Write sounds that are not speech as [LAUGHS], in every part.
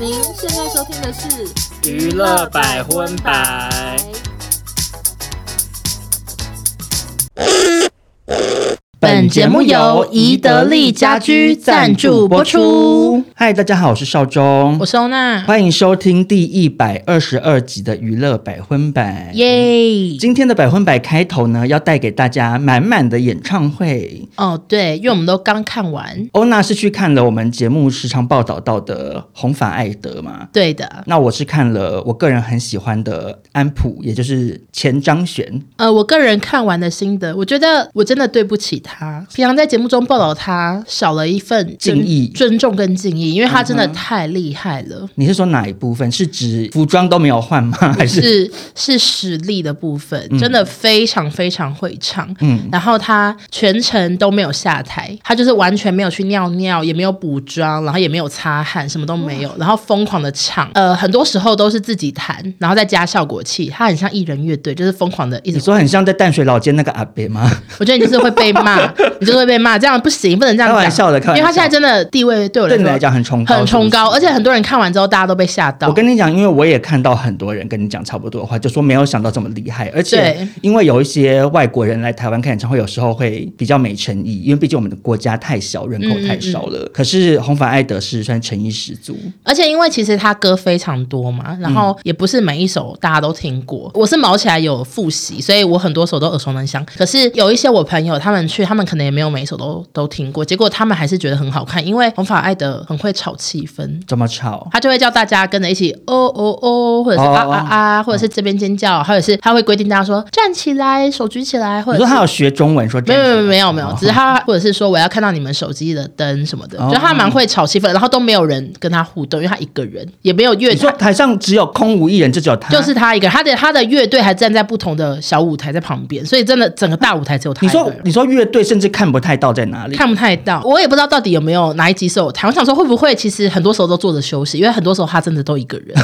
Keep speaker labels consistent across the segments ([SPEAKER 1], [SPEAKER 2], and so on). [SPEAKER 1] 您现在收听的是《
[SPEAKER 2] 娱乐百分百》。
[SPEAKER 3] 本节目由宜得利家居赞助播出。
[SPEAKER 2] 嗨，大家好，我是邵忠
[SPEAKER 3] 我，收纳，
[SPEAKER 2] 欢迎收听第一百二十二集的娱乐百分百。
[SPEAKER 3] 耶！
[SPEAKER 2] 今天的百分百开头呢，要带给大家满满的演唱会。
[SPEAKER 3] 哦，对，因为我们都刚看完，
[SPEAKER 2] 欧娜是去看了我们节目时常报道到的红发艾德嘛？
[SPEAKER 3] 对的。
[SPEAKER 2] 那我是看了我个人很喜欢的安普，也就是钱张悬。
[SPEAKER 3] 呃，我个人看完的心得，我觉得我真的对不起他。平常在节目中报道他，少了一份尊
[SPEAKER 2] 敬意嗯
[SPEAKER 3] 尊重跟敬意，因为他真的太厉害了，
[SPEAKER 2] 你是说哪一部分？是指服装都没有换吗？还是
[SPEAKER 3] 是是实力的部分，真的非常非常会唱。
[SPEAKER 2] 嗯
[SPEAKER 3] 然后他全程都没有下台，他就是完全没有去尿尿，也没有补妆，然后也没有擦汗，什么都没有，然后疯狂的唱。呃，很多时候都是自己弹，然后再加效果器，他很像艺人乐队，就是疯狂的一
[SPEAKER 2] 你
[SPEAKER 3] 直。
[SPEAKER 2] 说很像在淡水老街那个阿伯吗？
[SPEAKER 3] 我觉得你就是会被骂，你就是会被骂，这样不行，不能这样
[SPEAKER 2] 开
[SPEAKER 3] 讲。
[SPEAKER 2] 玩笑的开玩笑
[SPEAKER 3] 因为他现在真的地位 [LAUGHS] 对我来
[SPEAKER 2] 对
[SPEAKER 3] 说
[SPEAKER 2] 你来讲很崇高，
[SPEAKER 3] 很
[SPEAKER 2] 是不
[SPEAKER 3] 崇
[SPEAKER 2] 是
[SPEAKER 3] 高，而且很多人看完之后大家都被吓到。
[SPEAKER 2] 我跟你讲，因为我也看到很多人跟你讲差不多的话，就说没有想到这么厉害，而且
[SPEAKER 3] 对
[SPEAKER 2] 因为有一些外国人来台湾看演唱会，有时候会比较没诚意，因为毕竟我们的国家太小，人口太少
[SPEAKER 3] 嗯
[SPEAKER 2] 了。可是红发艾德是算诚意十足，
[SPEAKER 3] 而且因为其实他歌非常多嘛，
[SPEAKER 2] 嗯
[SPEAKER 3] 然后也不是每一首大家都听过。我是毛起来有复习，所以我很多首都耳熟能详。可是有一些我朋友他们去，他们可能也没有每一首都都听过，结果他们还是觉得很好看，因为红发艾德很会炒气氛。
[SPEAKER 2] 这么吵，
[SPEAKER 3] 他就会叫大家跟着一起哦哦哦，或者是
[SPEAKER 2] 哦
[SPEAKER 3] 啊啊啊，或者是这边尖叫，或者是他会规定大家说站起来，手举起来，或
[SPEAKER 2] 你
[SPEAKER 3] 者
[SPEAKER 2] 说
[SPEAKER 3] 是
[SPEAKER 2] 他有学中文说
[SPEAKER 3] 没
[SPEAKER 2] 站起来
[SPEAKER 3] 有没有没有没有
[SPEAKER 2] 哦，
[SPEAKER 3] 只是他或者是说我要看到你们手机的灯什么的，
[SPEAKER 2] 哦
[SPEAKER 3] 就他蛮会炒气氛，然后都没有人跟他互动，因为他一个人也没有乐
[SPEAKER 2] 你说
[SPEAKER 3] 团，
[SPEAKER 2] 台上只有空无一人，就只有他，
[SPEAKER 3] 就是他一个人，他的他的乐队还站在不同的小舞台在旁边，所以真的整个大舞台只有他
[SPEAKER 2] 你
[SPEAKER 3] 一个
[SPEAKER 2] 说
[SPEAKER 3] 人。
[SPEAKER 2] 你说乐队甚至看不太到在哪里，
[SPEAKER 3] 看不太到，我也不知道到底有没有哪一集是有他。我想说，会不会其实很多时候都坐着休息，因为很多时候他真的都一个 [LAUGHS] 人。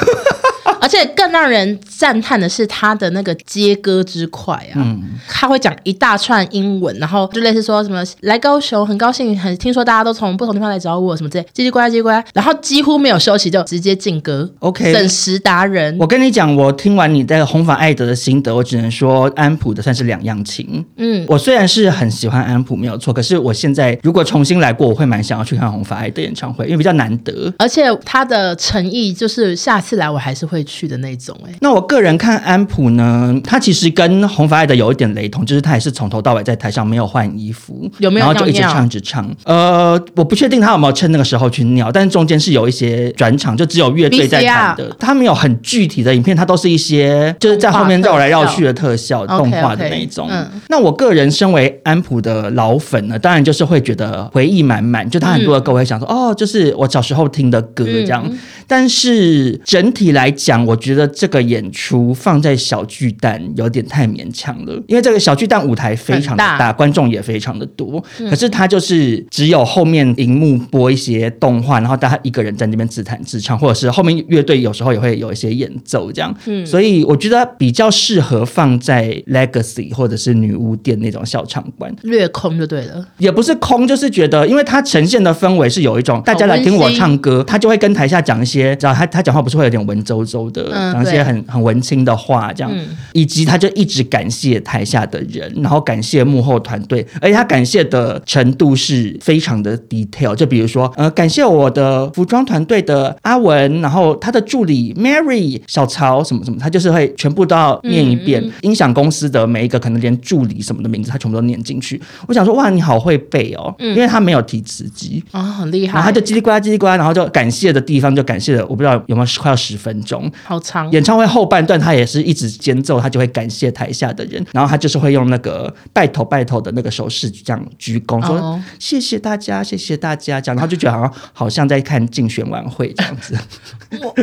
[SPEAKER 3] 而且更让人赞叹的是他的那个接歌之快啊，他会讲一大串英文，然后就类似说什么来高雄，很高兴，很听说大家都从不同地方来找我，什么之类，叽叽呱啦叽叽呱啦，然后几乎没有休息就直接进歌
[SPEAKER 2] OK
[SPEAKER 3] 准时达人
[SPEAKER 2] 我，跟你讲，我听完你在红发艾德的心得，我只能说安普的算是两样情。
[SPEAKER 3] 嗯，
[SPEAKER 2] 我虽然是很喜欢安普没有错，可是我现在如果重新来过，我会蛮想要去看红发艾德演唱会，因为比较难得。
[SPEAKER 3] 而且他的诚意就是下次来我还是会去的那种、欸，哎，
[SPEAKER 2] 那我个人看安普呢，他其实跟红发艾德有一点雷同，就是他也是从头到尾在台上没有换衣服，
[SPEAKER 3] 有没有
[SPEAKER 2] 然后就一直
[SPEAKER 3] 尿尿
[SPEAKER 2] 唱一直唱。呃，我不确定他有没有趁那个时候去尿，但是中间是有一些转场，就只有乐队在弹的，他没有很具体的影片，他都是一些就是在后面绕来绕去的特效
[SPEAKER 3] 动画特效
[SPEAKER 2] 动画的
[SPEAKER 3] OK，OK，
[SPEAKER 2] 那一种。
[SPEAKER 3] 嗯
[SPEAKER 2] 那我个人身为安普的老粉呢，当然就是会觉得回忆满满，就他很多的歌我会想说，哦，就是我小时候听的歌
[SPEAKER 3] 嗯
[SPEAKER 2] 这样。但是整体来讲，我觉得这个演出放在小巨蛋有点太勉强了，因为这个小巨蛋舞台非常的
[SPEAKER 3] 很大
[SPEAKER 2] 大，观众也非常的多，可是他就是只有后面荧幕播一些动画，然后大家一个人在那边自弹自唱，或者是后面乐队有时候也会有一些演奏这样，所以我觉得比较适合放在 Legacy 或者是女巫店那种小场馆。
[SPEAKER 3] 略空就对了。
[SPEAKER 2] 也不是空，就是觉得，因为它呈现的氛围是有一种大家来听我唱歌，
[SPEAKER 3] 嗯
[SPEAKER 2] 他就会跟台下讲一些，然后他他讲话不是会有点文绉绉的，
[SPEAKER 3] 嗯
[SPEAKER 2] 讲一
[SPEAKER 3] 对嗯
[SPEAKER 2] 些很很文青的话这样，以及他就一直感谢台下的人，然后感谢幕后团队，而且他感谢的程度是非常的 detail，就比如说呃，感谢我的服装团队的阿文，然后他的助理 Mary、小曹什么什么，他就是会全部都要念一
[SPEAKER 3] 嗯
[SPEAKER 2] 遍，音响公司的每一个可能连助理什么的名字，他全部都念进去。我想说，哇，你好会背哦，
[SPEAKER 3] 嗯
[SPEAKER 2] 因为他没有提词机，
[SPEAKER 3] 哦，很厉害，
[SPEAKER 2] 然后他就叽里呱啦叽里呱啦，然后就感谢的地方就感谢了，我不知道有没有快要十分钟。
[SPEAKER 3] 好长，
[SPEAKER 2] 演唱会后半段，他也是一直间奏，他就会感谢台下的人，然后他就是会用那个拜头拜头的那个手势这样鞠躬，说、
[SPEAKER 3] 哦
[SPEAKER 2] 谢谢大家，谢谢大家，这样，然后就觉得好像好像在看竞选晚会这样
[SPEAKER 3] [LAUGHS]
[SPEAKER 2] 子。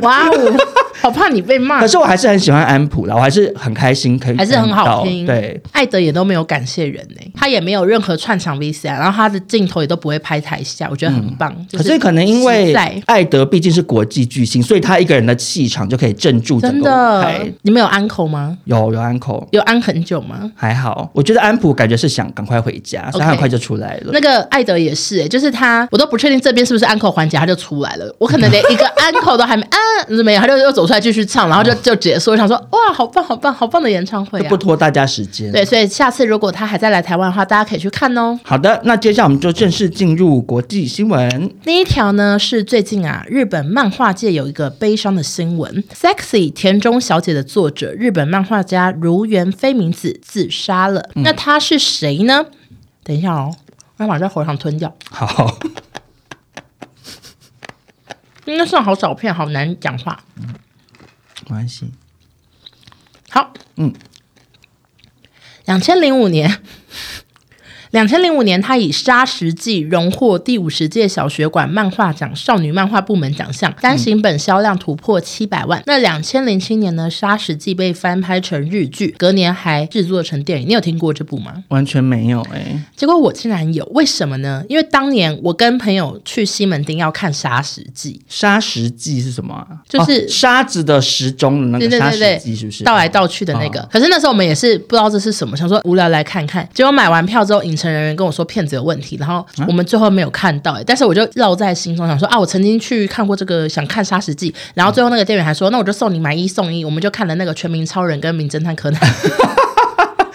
[SPEAKER 3] 哇哦， [LAUGHS] 好怕你被骂
[SPEAKER 2] 可。是我还是很喜欢安普啦，我还是很开心可以
[SPEAKER 3] 啊还是很
[SPEAKER 2] 看到
[SPEAKER 3] 好听，
[SPEAKER 2] 对，，
[SPEAKER 3] 艾德也都没有感谢人呢、他也没有任何串场 VCR，然后他的镜头也都不会拍台下，我觉得很棒。就
[SPEAKER 2] 嗯可是可能因
[SPEAKER 3] 实
[SPEAKER 2] 为
[SPEAKER 3] 在
[SPEAKER 2] 艾德毕竟是国际巨星，所以他一个人的气场就可以镇住整
[SPEAKER 3] 真
[SPEAKER 2] 个舞台
[SPEAKER 3] 的。，你们有安口吗？
[SPEAKER 2] 有有安口，
[SPEAKER 3] 有安很久吗？
[SPEAKER 2] 还好，我觉得安普感觉是想赶快回家，所以他
[SPEAKER 3] OK
[SPEAKER 2] 很快就出来了。
[SPEAKER 3] 那个艾德也是、欸，就是他，我都不确定这边是不是安口环节，他就出来了。我可能连一个安口都还没 [LAUGHS] 安，没有，他就又走出来继续唱，然后就就结束。我想说，哇，好棒，好棒，好棒的演唱会
[SPEAKER 2] 哦就不
[SPEAKER 3] 啊！
[SPEAKER 2] 拖大家时间。
[SPEAKER 3] 对，所以下次如果他还在来台湾的话，大家可以去看哦。
[SPEAKER 2] 好的，那接下来我们就正式进入国际新闻。
[SPEAKER 3] 第一条呢是最近啊，日本漫画界有一个悲伤的新闻，《Sexy 田中小姐》的作者日本漫画家如原非明子自杀了。那她是谁呢？等一下哦，我要把这喉糖吞掉，
[SPEAKER 2] 好，
[SPEAKER 3] 因为算好找片，好难讲话。
[SPEAKER 2] 没关系。
[SPEAKER 3] 好，
[SPEAKER 2] 嗯，
[SPEAKER 3] 两千零五年。两千零五年，她以《沙石记》荣获第五十届小学馆漫画奖少女漫画部门奖项，单行本销量突破七百万。那两千零七年呢，《沙石记》被翻拍成日剧，隔年还制作成电影。你有听过这部吗？
[SPEAKER 2] 完全没有哎、
[SPEAKER 3] 结果我竟然有，为什么呢？因为当年我跟朋友去西门町要看《沙石记》，
[SPEAKER 2] 沙石记是什么啊、
[SPEAKER 3] 就是
[SPEAKER 2] 哦沙子的时钟的那
[SPEAKER 3] 对
[SPEAKER 2] 个
[SPEAKER 3] 对
[SPEAKER 2] 沙
[SPEAKER 3] 对
[SPEAKER 2] 石
[SPEAKER 3] 对，
[SPEAKER 2] 记，是不哦是？
[SPEAKER 3] 倒来倒去的那个？可是那时候我们也是不知道这是什么，想说无聊来看看。结果买完票之后，影城人员跟我说片子有问题，然后
[SPEAKER 2] 嗯
[SPEAKER 3] 我们最后没有看到、欸但是我就绕在心中，想说啊，我曾经去看过这个，想看《杀石记》，然后最后那个店员还
[SPEAKER 2] 嗯
[SPEAKER 3] 说，那我就送你买一送一，我们就看了那个《全民超人》跟《名侦探柯南》。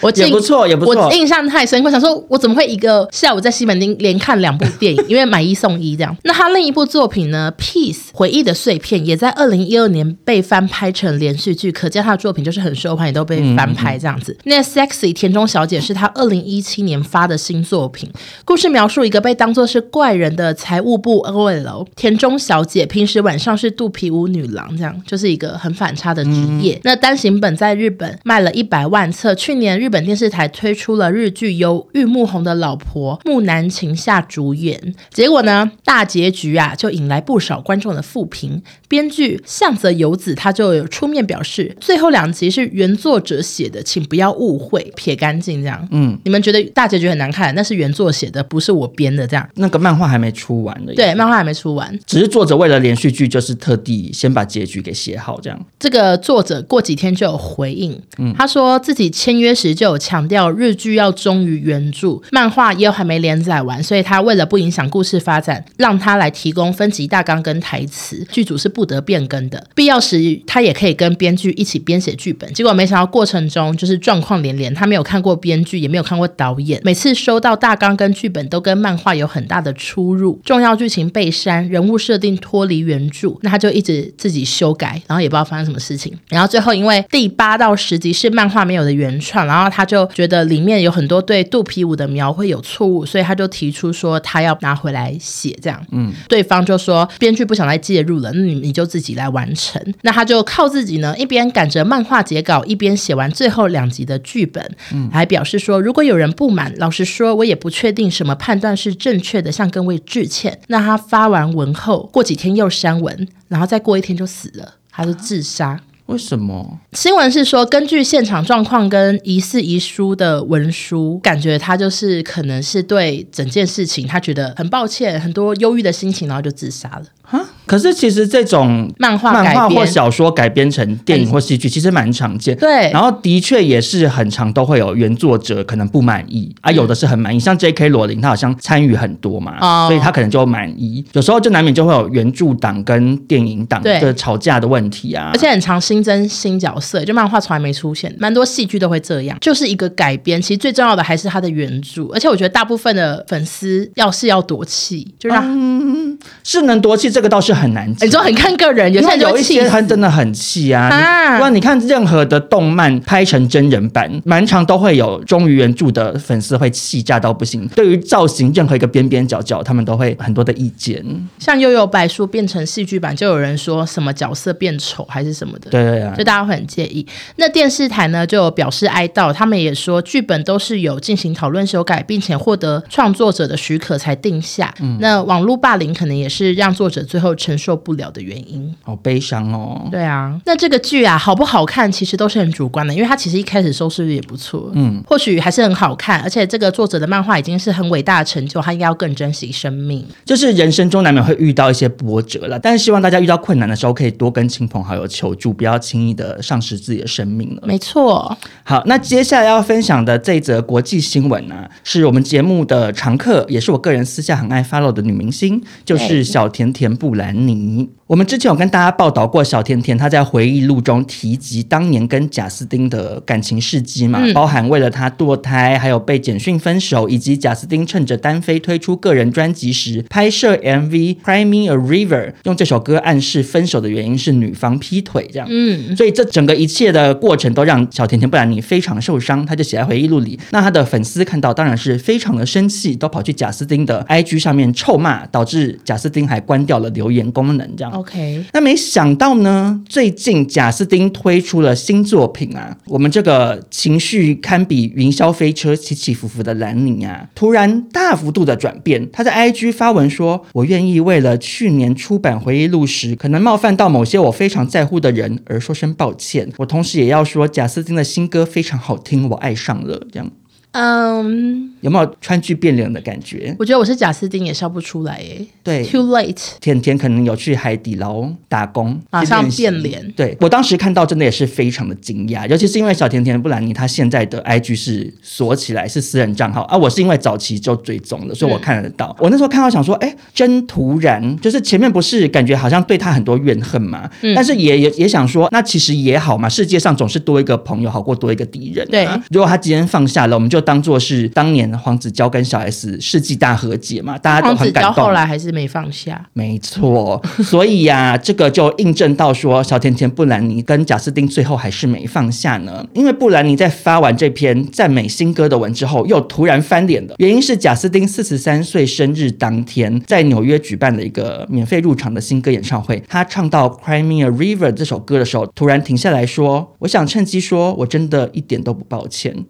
[SPEAKER 3] 我
[SPEAKER 2] 也
[SPEAKER 3] 进
[SPEAKER 2] 不错，也不错
[SPEAKER 3] 我。印象太深刻，想说我怎么会一个下午在西门町连看两部
[SPEAKER 2] [LAUGHS]
[SPEAKER 3] 电影，因为买一送一这样。那他另一部作品呢，《Peace 回忆的碎片》也在二零一二年被翻拍成连续剧，可见他的作品就是很受欢迎，都被
[SPEAKER 2] 嗯
[SPEAKER 3] 翻拍这样子。那《Sexy 田中小姐》是他二零一七年发的新作品，故事描述一个被当作是怪人的财务部 OL 田中小姐，平时晚上是肚皮舞女郎，这样就是一个很反差的职业。那单行本在日本卖了一百万册，去年日本电视台推出了日剧，由玉木宏的老婆木南晴夏主演，结果呢，大结局啊就引来不少观众的负评。编剧向泽由子她就有出面表示，最后两集是原作者写的，请不要误会，撇干净这样。嗯，你们觉得大结局很难看，那是原作写的，不是我编的这样。
[SPEAKER 2] 那个漫画还没出完的，
[SPEAKER 3] 对，，漫画还没出完，
[SPEAKER 2] 只是作者为了连续剧，就是特地先把结局给写好，这样。
[SPEAKER 3] 这个作者过几天就有回应，他说自己签约时就有强调日剧要忠于原著，漫画也有还没连载完，所以他为了不影响故事发展，让他来提供分级大纲跟台词，剧组是不得变更的，必要时他也可以跟编剧一起编写剧本。结果没想到过程中就是状况连连，他没有看过编剧，也没有看过导演，每次收到大纲跟剧本都跟漫画有很大的出入，重要剧情被删，人物设定脱离原著，那他就一直自己修改，然后也不知道发生什么事情。然后最后因为第八到十集是漫画没有的原创，然后他就觉得里面有很多对肚皮舞的描绘有错误，所以他就提出说他要拿回来写这样。嗯，对方就说编剧不想再介入了，那你你就自己来完成。那他就靠自己呢，一边赶着漫画截稿，一边写完最后两集的剧本，还表示说如果有人不满，老实说我也不确定什么判断是正确的，向各位致歉。那他发完文后，过几天又删文，然后再过一天就死了，他就自杀。
[SPEAKER 2] 为什么？
[SPEAKER 3] 新闻是说，根据现场状况跟疑似遗书的文书，感觉他就是可能是对整件事情，他觉得很抱歉，很多忧郁的心情，然后就自杀了。
[SPEAKER 2] 啊？可是其实这种
[SPEAKER 3] 漫画
[SPEAKER 2] 漫
[SPEAKER 3] 改
[SPEAKER 2] 画或
[SPEAKER 3] 编，哎
[SPEAKER 2] 小说改编成电影或戏剧，其实蛮常见。
[SPEAKER 3] 对
[SPEAKER 2] 然后的确也是很常都会有原作者可能不满意
[SPEAKER 3] 嗯
[SPEAKER 2] 啊，有的是很满意，像 J.K. 罗琳，她好像参与很多嘛，
[SPEAKER 3] 哦
[SPEAKER 2] 所以她可能就满意。有时候就难免就会有原著党跟电影党
[SPEAKER 3] 对
[SPEAKER 2] 的吵架的问题啊。
[SPEAKER 3] 而且很常新增新角色，就漫画从来没出现，蛮多戏剧都会这样，就是一个改编。其实最重要的还是它的原著，而且我觉得大部分的粉丝要是要躲气，就让、
[SPEAKER 2] 嗯是能夺气这个倒是很难讲，
[SPEAKER 3] 你说很看个人，有
[SPEAKER 2] 因
[SPEAKER 3] 些
[SPEAKER 2] 为
[SPEAKER 3] 人就
[SPEAKER 2] 有
[SPEAKER 3] 会
[SPEAKER 2] 一
[SPEAKER 3] 气
[SPEAKER 2] 些
[SPEAKER 3] 死
[SPEAKER 2] 他真的很气啊！
[SPEAKER 3] 啊
[SPEAKER 2] 不然你看任何的动漫拍成真人版，蛮常都会有忠于原著的粉丝会气炸到不行。对于造型任何一个边边角角，他们都会很多的意见。
[SPEAKER 3] 像悠悠白书变成戏剧版，就有人说什么角色变丑还是什么的。
[SPEAKER 2] 对对啊
[SPEAKER 3] 就，大家会很介意。那电视台呢就有表示哀悼，他们也说剧本都是嗯有进行讨论修改，并且获得创作者的许可才定下。那网络霸凌可可能也是让作者最后承受不了的原因。
[SPEAKER 2] 好悲伤哦。
[SPEAKER 3] 对啊，那这个剧啊好不好看，其实都是很主观的，因为它其实一开始收视率也不错，嗯，或许还是很好看，而且这个作者的漫画已经是很伟大的成就，他应该要更珍惜生命。
[SPEAKER 2] 就是人生中难免会遇到一些波折了，但是希望大家遇到困难的时候，可以多跟亲朋好友求助，不要轻易的丧失自己的生命了。
[SPEAKER 3] 没错，
[SPEAKER 2] 好，那接下来要分享的这则国际新闻呢、是我们节目的常客，也是我个人私下很爱 follow 的女明星，就是小甜甜布兰妮。我们之前有跟大家报道过小甜甜，她在回忆录中提及当年跟贾斯汀的感情事迹嘛，包含为了他堕胎，还有被简讯分手，以及贾斯汀趁着单飞推出个人专辑时拍摄 MV《Cry Me a River》，用这首歌暗示分手的原因是女方劈腿这样。
[SPEAKER 3] 嗯，
[SPEAKER 2] 所以这整个一切的过程都让小甜甜布兰妮非常受伤，她就写在回忆录里。那她的粉丝看到当然是非常的生气，都跑去贾斯汀的 IG 上面臭骂，导致贾斯汀还关掉了留言功能。这样
[SPEAKER 3] OK，
[SPEAKER 2] 那没想到呢，最近贾斯汀推出了新作品啊，我们这个情绪堪比云霄飞车起起伏伏的兰妮啊，突然大幅度的转变。她在 IG 发文说：“我愿意为了去年出版回忆录时可能冒犯到某些我非常在乎的人而说声抱歉。我同时也要说，贾斯汀的新歌非常好听，我爱上了。”这样
[SPEAKER 3] 嗯，
[SPEAKER 2] 有没有川剧变脸的感觉？
[SPEAKER 3] 我觉得我是贾斯汀也笑不出来耶、
[SPEAKER 2] 对
[SPEAKER 3] t o o late。
[SPEAKER 2] 甜甜可能有去海底捞打工，
[SPEAKER 3] 马上
[SPEAKER 2] 去习
[SPEAKER 3] 变脸
[SPEAKER 2] 对我当时看到真的也是非常的惊讶，尤其是因为小甜甜布兰妮她现在的 IG 是锁起来，是私人账号啊。我是因为早期就追踪了，所以我看得到。
[SPEAKER 3] 嗯
[SPEAKER 2] 我那时候看到想说，哎，真突然，就是前面不是感觉好像对她很多怨恨嘛，
[SPEAKER 3] 嗯
[SPEAKER 2] 但是也也也想说，那其实也好嘛，世界上总是多一个朋友好过多一个敌人、啊。
[SPEAKER 3] 对
[SPEAKER 2] 如果她今天放下了，我们就当做是当年黄子佼跟小 S 世纪大和解嘛，大啊家都
[SPEAKER 3] 黄
[SPEAKER 2] 很
[SPEAKER 3] 子
[SPEAKER 2] 感
[SPEAKER 3] 佼
[SPEAKER 2] 动。
[SPEAKER 3] 后来还是没放下，
[SPEAKER 2] 没错，所以呀、这个就印证到说，小甜甜布兰妮跟贾斯汀最后还是没放下呢。因为布兰妮在发完这篇赞美新歌的文之后，又突然翻脸了。原因是贾斯汀四十三岁生日当天，在纽约举办了一个免费入场的新歌演唱会。他唱到《Cry Me a River》这首歌的时候，突然停下来说：“我想趁机说，我真的一点都不抱歉。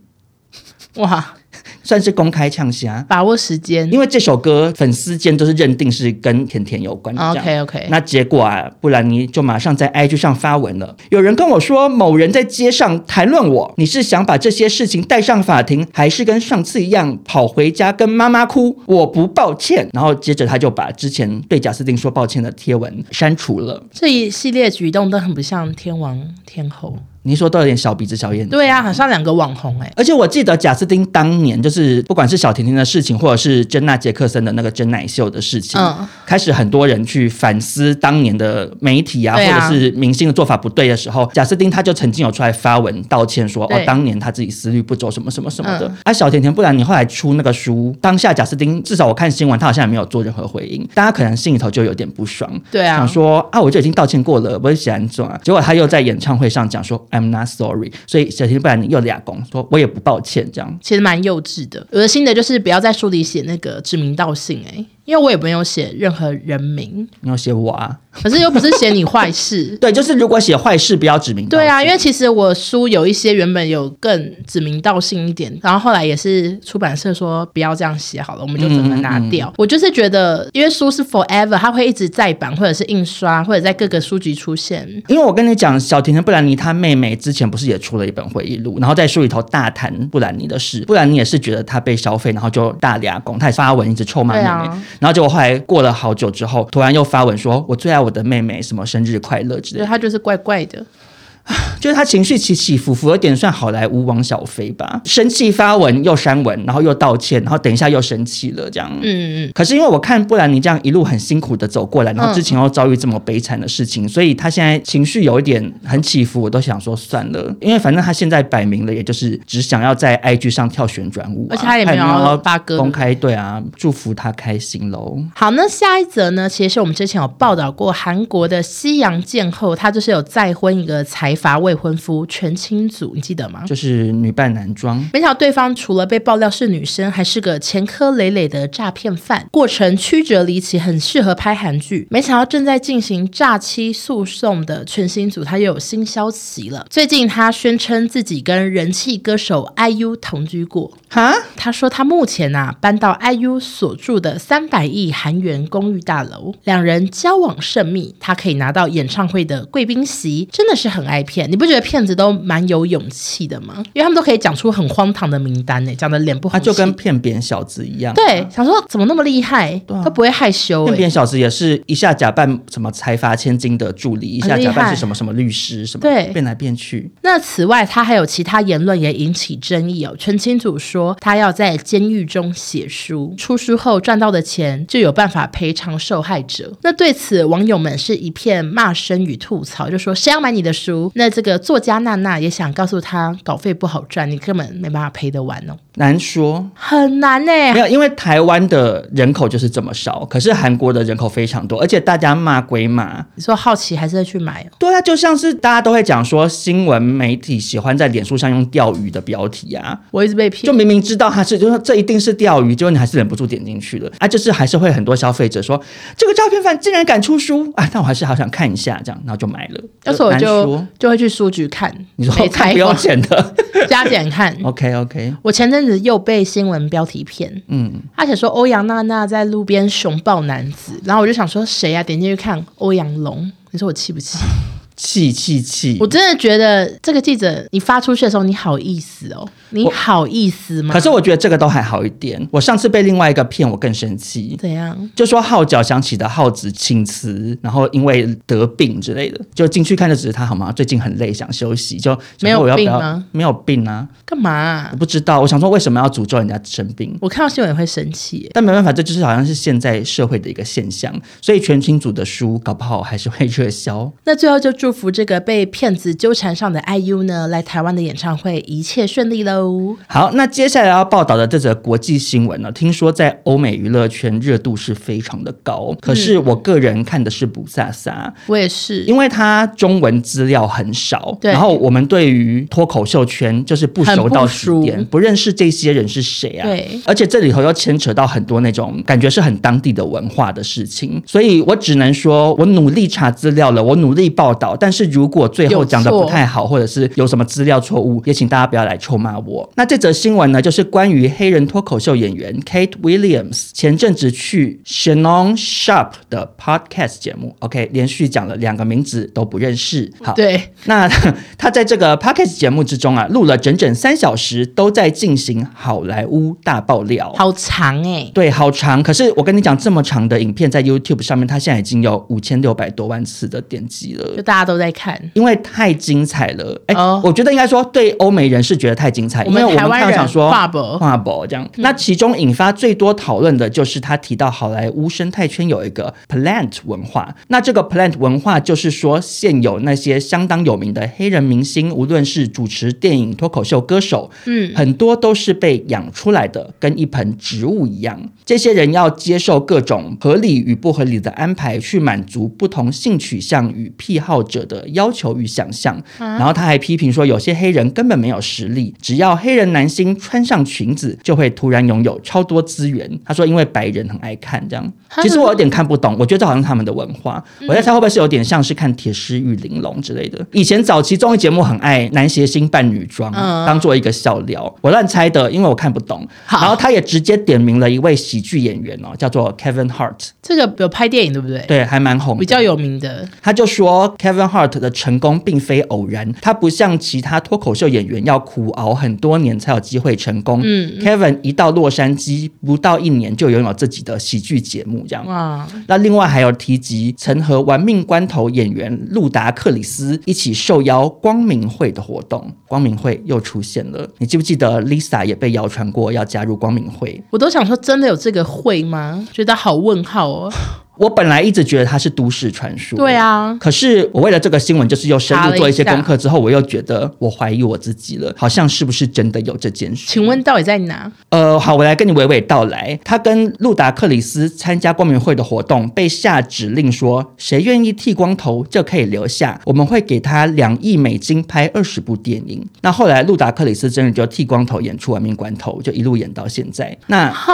[SPEAKER 3] 哇，”
[SPEAKER 2] 算是公开呛虾。
[SPEAKER 3] 把握时间
[SPEAKER 2] 因。为这首歌粉丝间都是认定是跟甜甜有关的这样
[SPEAKER 3] OK OK，
[SPEAKER 2] 那结果啊，布兰妮就马上在 IG 上发文了。有人跟我说，某人在街上谈论我，你是想把这些事情带上法庭，还是跟上次一样跑回家跟妈妈哭？我不抱歉。然后接着他就把之前对贾斯汀说抱歉的贴文删除了。
[SPEAKER 3] 这一系列举动都很不像天王天后。
[SPEAKER 2] 你说都有点小鼻子小眼睛。
[SPEAKER 3] 对啊，好像两个网红哎、
[SPEAKER 2] 而且我记得贾斯汀当年就是，不管是小甜甜的事情，或者是珍娜杰克森的那个真奶秀的事情，
[SPEAKER 3] 嗯
[SPEAKER 2] 开始很多人去反思当年的媒体啊，
[SPEAKER 3] 对啊
[SPEAKER 2] 或者是明星的做法不对的时候，贾斯汀他就曾经有出来发文道歉说，哦
[SPEAKER 3] 对，
[SPEAKER 2] 当年他自己思虑不周，什么什么什么的。
[SPEAKER 3] 嗯
[SPEAKER 2] 啊，小甜甜，不然你后来出那个书，当下贾斯汀至少我看新闻，他好像也没有做任何回应，大家可能心里头就有点不爽，
[SPEAKER 3] 对啊
[SPEAKER 2] 想说啊，我就已经道歉过了，我也喜欢做啊。结果他又在演唱会上讲说 I'm not sorry，所以小甜不然你又俩公说我也不抱歉这样。
[SPEAKER 3] 其实蛮幼稚的。我的心得就是不要在书里写那个指名道姓哎、因为我也没有写任何人名，
[SPEAKER 2] 你要写我啊？。
[SPEAKER 3] 可是又不是写你坏事
[SPEAKER 2] 对，就是如果写坏事，不要指名道姓。
[SPEAKER 3] 对啊，因为其实我书有一些原本有更指名道姓一点，然后后来也是出版社说不要这样写好了，我们就整个拿掉。我就是觉得，因为书是 forever，它会一直再版或者是印刷或者在各个书局出现。
[SPEAKER 2] 因为我跟你讲，小甜甜布兰妮她妹妹之前不是也出了一本回忆录，然后在书里头大谈布兰妮的事，布兰妮也是觉得她被消费，然后就大俩拱，她也发文一直臭骂妹妹，
[SPEAKER 3] 对啊
[SPEAKER 2] 然后结果后来过了好久之后，突然又发文说我最爱我的妹妹，什么生日快乐之类
[SPEAKER 3] 对，
[SPEAKER 2] 的，
[SPEAKER 3] 它就是怪怪的。
[SPEAKER 2] 就是她情绪起起伏伏，有点算好莱坞王小飞吧，生气发文又删文，然后又道歉，然后等一下又生气了这样，
[SPEAKER 3] 嗯，嗯，
[SPEAKER 2] 可是因为我看布兰妮这样一路很辛苦的走过来，然后
[SPEAKER 3] 嗯
[SPEAKER 2] 之前又遭遇这么悲惨的事情，所以她现在情绪有一点很起伏，我都想说算了，因为反正她现在摆明了，也就是只想要在 IG 上跳旋转舞啊、
[SPEAKER 3] 而且她也
[SPEAKER 2] 她
[SPEAKER 3] 没
[SPEAKER 2] 也
[SPEAKER 3] 有
[SPEAKER 2] 没
[SPEAKER 3] 要发歌
[SPEAKER 2] 公开对啊，祝福她开心喽。
[SPEAKER 3] 好，那下一则呢？其实是我们之前有报道过韩国的西洋剑后，她就是有再婚一个财罚未婚夫全清组，你记得吗？
[SPEAKER 2] 就是女扮男装。
[SPEAKER 3] 没想到对方除了被爆料是女生，还是个前科累累的诈骗犯，过程曲折离奇，很适合拍韩剧。没想到正在进行诈欺诉讼的全新组，他又有新消息了。最近他宣称自己跟人气歌手 IU 同居过。
[SPEAKER 2] 哈，
[SPEAKER 3] 他说他目前啊搬到 IU 所住的三百亿韩元公寓大楼，两人交往甚密，他可以拿到演唱会的贵宾席，真的是很爱骗。你不觉得骗子都蛮有勇气的吗？因为他们都可以讲出很荒唐的名单呢，讲的脸不
[SPEAKER 2] 他
[SPEAKER 3] 红气。
[SPEAKER 2] 啊就跟骗扁小子一样。
[SPEAKER 3] 对，想说怎么那么厉害，都不会害羞
[SPEAKER 2] 啊骗
[SPEAKER 3] 哎。
[SPEAKER 2] 扁小子也是一下假扮什么财阀千金的助理，一下
[SPEAKER 3] 很厉
[SPEAKER 2] 假扮
[SPEAKER 3] 害
[SPEAKER 2] 是什么什么律师什么，
[SPEAKER 3] 对
[SPEAKER 2] 变来变去。
[SPEAKER 3] 那此外，他还有其他言论也引起争议哦。陈清祖说，他要在监狱中写书，出书后赚到的钱就有办法赔偿受害者。那对此，网友们是一片骂声与吐槽，就说谁要买你的书？那这个作家娜娜也想告诉他，稿费不好赚，你根本没办法赔得完哦，
[SPEAKER 2] 难说，
[SPEAKER 3] 很难欸呢、
[SPEAKER 2] 没有，因为台湾的人口就是这么少，可是韩国的人口非常多，而且大家骂归骂，
[SPEAKER 3] 你说好奇还是会去买哦？
[SPEAKER 2] 对啊，就像是大家都会讲说，新闻媒体喜欢在脸书上用钓鱼的标题啊，
[SPEAKER 3] 我一直被骗，
[SPEAKER 2] 就明明知道他是，就是说这一定是钓鱼，结果你还是忍不住点进去了啊，就是还是会很多消费者说这个诈骗犯竟然敢出书啊，但我还是好想看一下，这样，然后就买了。
[SPEAKER 3] 要是我
[SPEAKER 2] 难
[SPEAKER 3] 就
[SPEAKER 2] 说
[SPEAKER 3] 就会去书局看，
[SPEAKER 2] 你说
[SPEAKER 3] 没
[SPEAKER 2] 看
[SPEAKER 3] 才
[SPEAKER 2] 不
[SPEAKER 3] 华
[SPEAKER 2] 用钱的 [LAUGHS]
[SPEAKER 3] 加减看。
[SPEAKER 2] ，OK OK，
[SPEAKER 3] 我前阵子又被新闻标题骗，
[SPEAKER 2] 嗯，
[SPEAKER 3] 他写说欧阳娜娜在路边熊抱男子，然后我就想说谁啊？点进去看欧阳龙，你说我气
[SPEAKER 2] [LAUGHS]
[SPEAKER 3] 不气？
[SPEAKER 2] 气气气
[SPEAKER 3] 我。真的觉得这个记者你发出去的时候，你好意思哦，你好意思吗？
[SPEAKER 2] 可是我觉得这个都还好一点，我上次被另外一个骗，我更生气。
[SPEAKER 3] 怎样？
[SPEAKER 2] 就说号角响起的号子请辞，然后因为得病之类的，就进去看就只是他好吗？最近很累，想休息，就
[SPEAKER 3] 没有
[SPEAKER 2] 想说我要不
[SPEAKER 3] 病
[SPEAKER 2] 要
[SPEAKER 3] 吗？
[SPEAKER 2] 没有病啊，
[SPEAKER 3] 干嘛啊、
[SPEAKER 2] 我不知道。我想说为什么要诅咒人家生病？
[SPEAKER 3] 我看到新闻也会生气耶。
[SPEAKER 2] 但没办法，这就是好像是现在社会的一个现象，所以全清组的书搞不好还是会 [LAUGHS] 热销。
[SPEAKER 3] 那最后就祝福这个被骗子纠缠上的 IU 呢，来台湾的演唱会一切顺利喽。
[SPEAKER 2] 好，那接下来要报道的这则国际新闻呢，听说在欧美娱乐圈热度是非常的高，
[SPEAKER 3] 嗯
[SPEAKER 2] 可是我个人看的是不飒飒，
[SPEAKER 3] 我也是，
[SPEAKER 2] 因为它中文资料很少，
[SPEAKER 3] 对
[SPEAKER 2] 然后我们对于脱口秀圈就是不熟到极点，
[SPEAKER 3] 很不
[SPEAKER 2] 不认识这些人是谁啊？
[SPEAKER 3] 对
[SPEAKER 2] 而且这里头又牵扯到很多那种感觉是很当地的文化的事情，所以我只能说我努力查资料了，我努力报道，但是如果最后
[SPEAKER 3] 有
[SPEAKER 2] 讲的不
[SPEAKER 3] 错
[SPEAKER 2] 太好，或者是有什么资料错误，也请大家不要来臭骂我。那这则新闻呢，就是关于黑人脱口秀演员 Kate Williams 前阵子去 Shannon Sharp 的 podcast 节目，OK，连续讲了两个名字都不认识。好，
[SPEAKER 3] 嗯对，
[SPEAKER 2] 那 [LAUGHS] 他在这个 podcast 节目之中啊，录了整整三小时，都在进行好莱坞大爆料。
[SPEAKER 3] 好长哎、
[SPEAKER 2] 对，好长。可是我跟你讲，这么长的影片在 YouTube 上面，它现在已经有五千六百多万次的点击了
[SPEAKER 3] 就。大家都在看。
[SPEAKER 2] 因为太精彩了，哎、
[SPEAKER 3] 嗯哦
[SPEAKER 2] 我觉得应该说对欧美人是觉得太精彩，
[SPEAKER 3] 我
[SPEAKER 2] 因
[SPEAKER 3] 们
[SPEAKER 2] 为我们
[SPEAKER 3] 台湾
[SPEAKER 2] 看到
[SPEAKER 3] 人
[SPEAKER 2] 想说
[SPEAKER 3] 画嗯博
[SPEAKER 2] 画博这样。那其中引发最多讨论的就是他提到好莱坞生态圈有一个 plant 文化，那这个 plant 文化就是说现有那些相当有名的黑人明星，无论是主持、电影、脱口秀歌手，
[SPEAKER 3] 嗯，
[SPEAKER 2] 很多都是被养出来的，跟一盆植物一样。这些人要接受各种合理与不合理的安排，去满足不同性取向与癖好者的要求与想象。
[SPEAKER 3] 啊
[SPEAKER 2] 然后他还批评说，有些黑人根本没有实力，只要黑人男星穿上裙子，就会突然拥有超多资源。他说，因为白人很爱看这样。
[SPEAKER 3] 哈嗯
[SPEAKER 2] 其实我有点看不懂，我觉得这好像是他们的文化。我在猜会不会是有点像是看《铁狮与玲珑》之类的。以前早期综艺节目很爱男谐星扮女装，
[SPEAKER 3] 嗯
[SPEAKER 2] 当做一个笑料，我乱猜的，因为我看不懂。
[SPEAKER 3] 好
[SPEAKER 2] 然后他也直接点名了一位喜剧演员哦，叫做 Kevin Hart，
[SPEAKER 3] 这个有拍电影对不对？
[SPEAKER 2] 对，还蛮红的
[SPEAKER 3] 比较有名的，
[SPEAKER 2] 他就说，Kevin Hart 的成功并非偶然，他不像其他脱口秀演员要苦熬很多年才有机会成功。
[SPEAKER 3] 嗯
[SPEAKER 2] k e v i n 一到洛杉矶不到一年就拥有自己的喜剧节目，这样。
[SPEAKER 3] 哇，
[SPEAKER 2] 那另外还有提及曾和玩命关头演员路达克里斯一起受邀光明会的活动，光明会又出现了。你记不记得 Lisa 也被谣传过要加入光明会？ [LAUGHS]
[SPEAKER 3] 我都想说，真的有这个会吗？觉得好问号哦。
[SPEAKER 2] 我本来一直觉得它是都市传说，
[SPEAKER 3] 对啊，
[SPEAKER 2] 可是我为了这个新闻，就是又深
[SPEAKER 3] 查
[SPEAKER 2] 入
[SPEAKER 3] 了
[SPEAKER 2] 做
[SPEAKER 3] 一
[SPEAKER 2] 一些
[SPEAKER 3] 下
[SPEAKER 2] 功课之后，我又觉得我怀疑我自己了，好像是不是真的有这件事？
[SPEAKER 3] 请问到底在哪？
[SPEAKER 2] 呃，好，我来跟你娓娓道来。他跟路达克里斯参加光明会的活动，被下指令说，谁愿意剃光头就可以留下，我们会给他两亿美金拍二十部电影。那后来路达克里斯真人就剃光头演出《亡命关头》，就一路演到现在。那
[SPEAKER 3] 哈，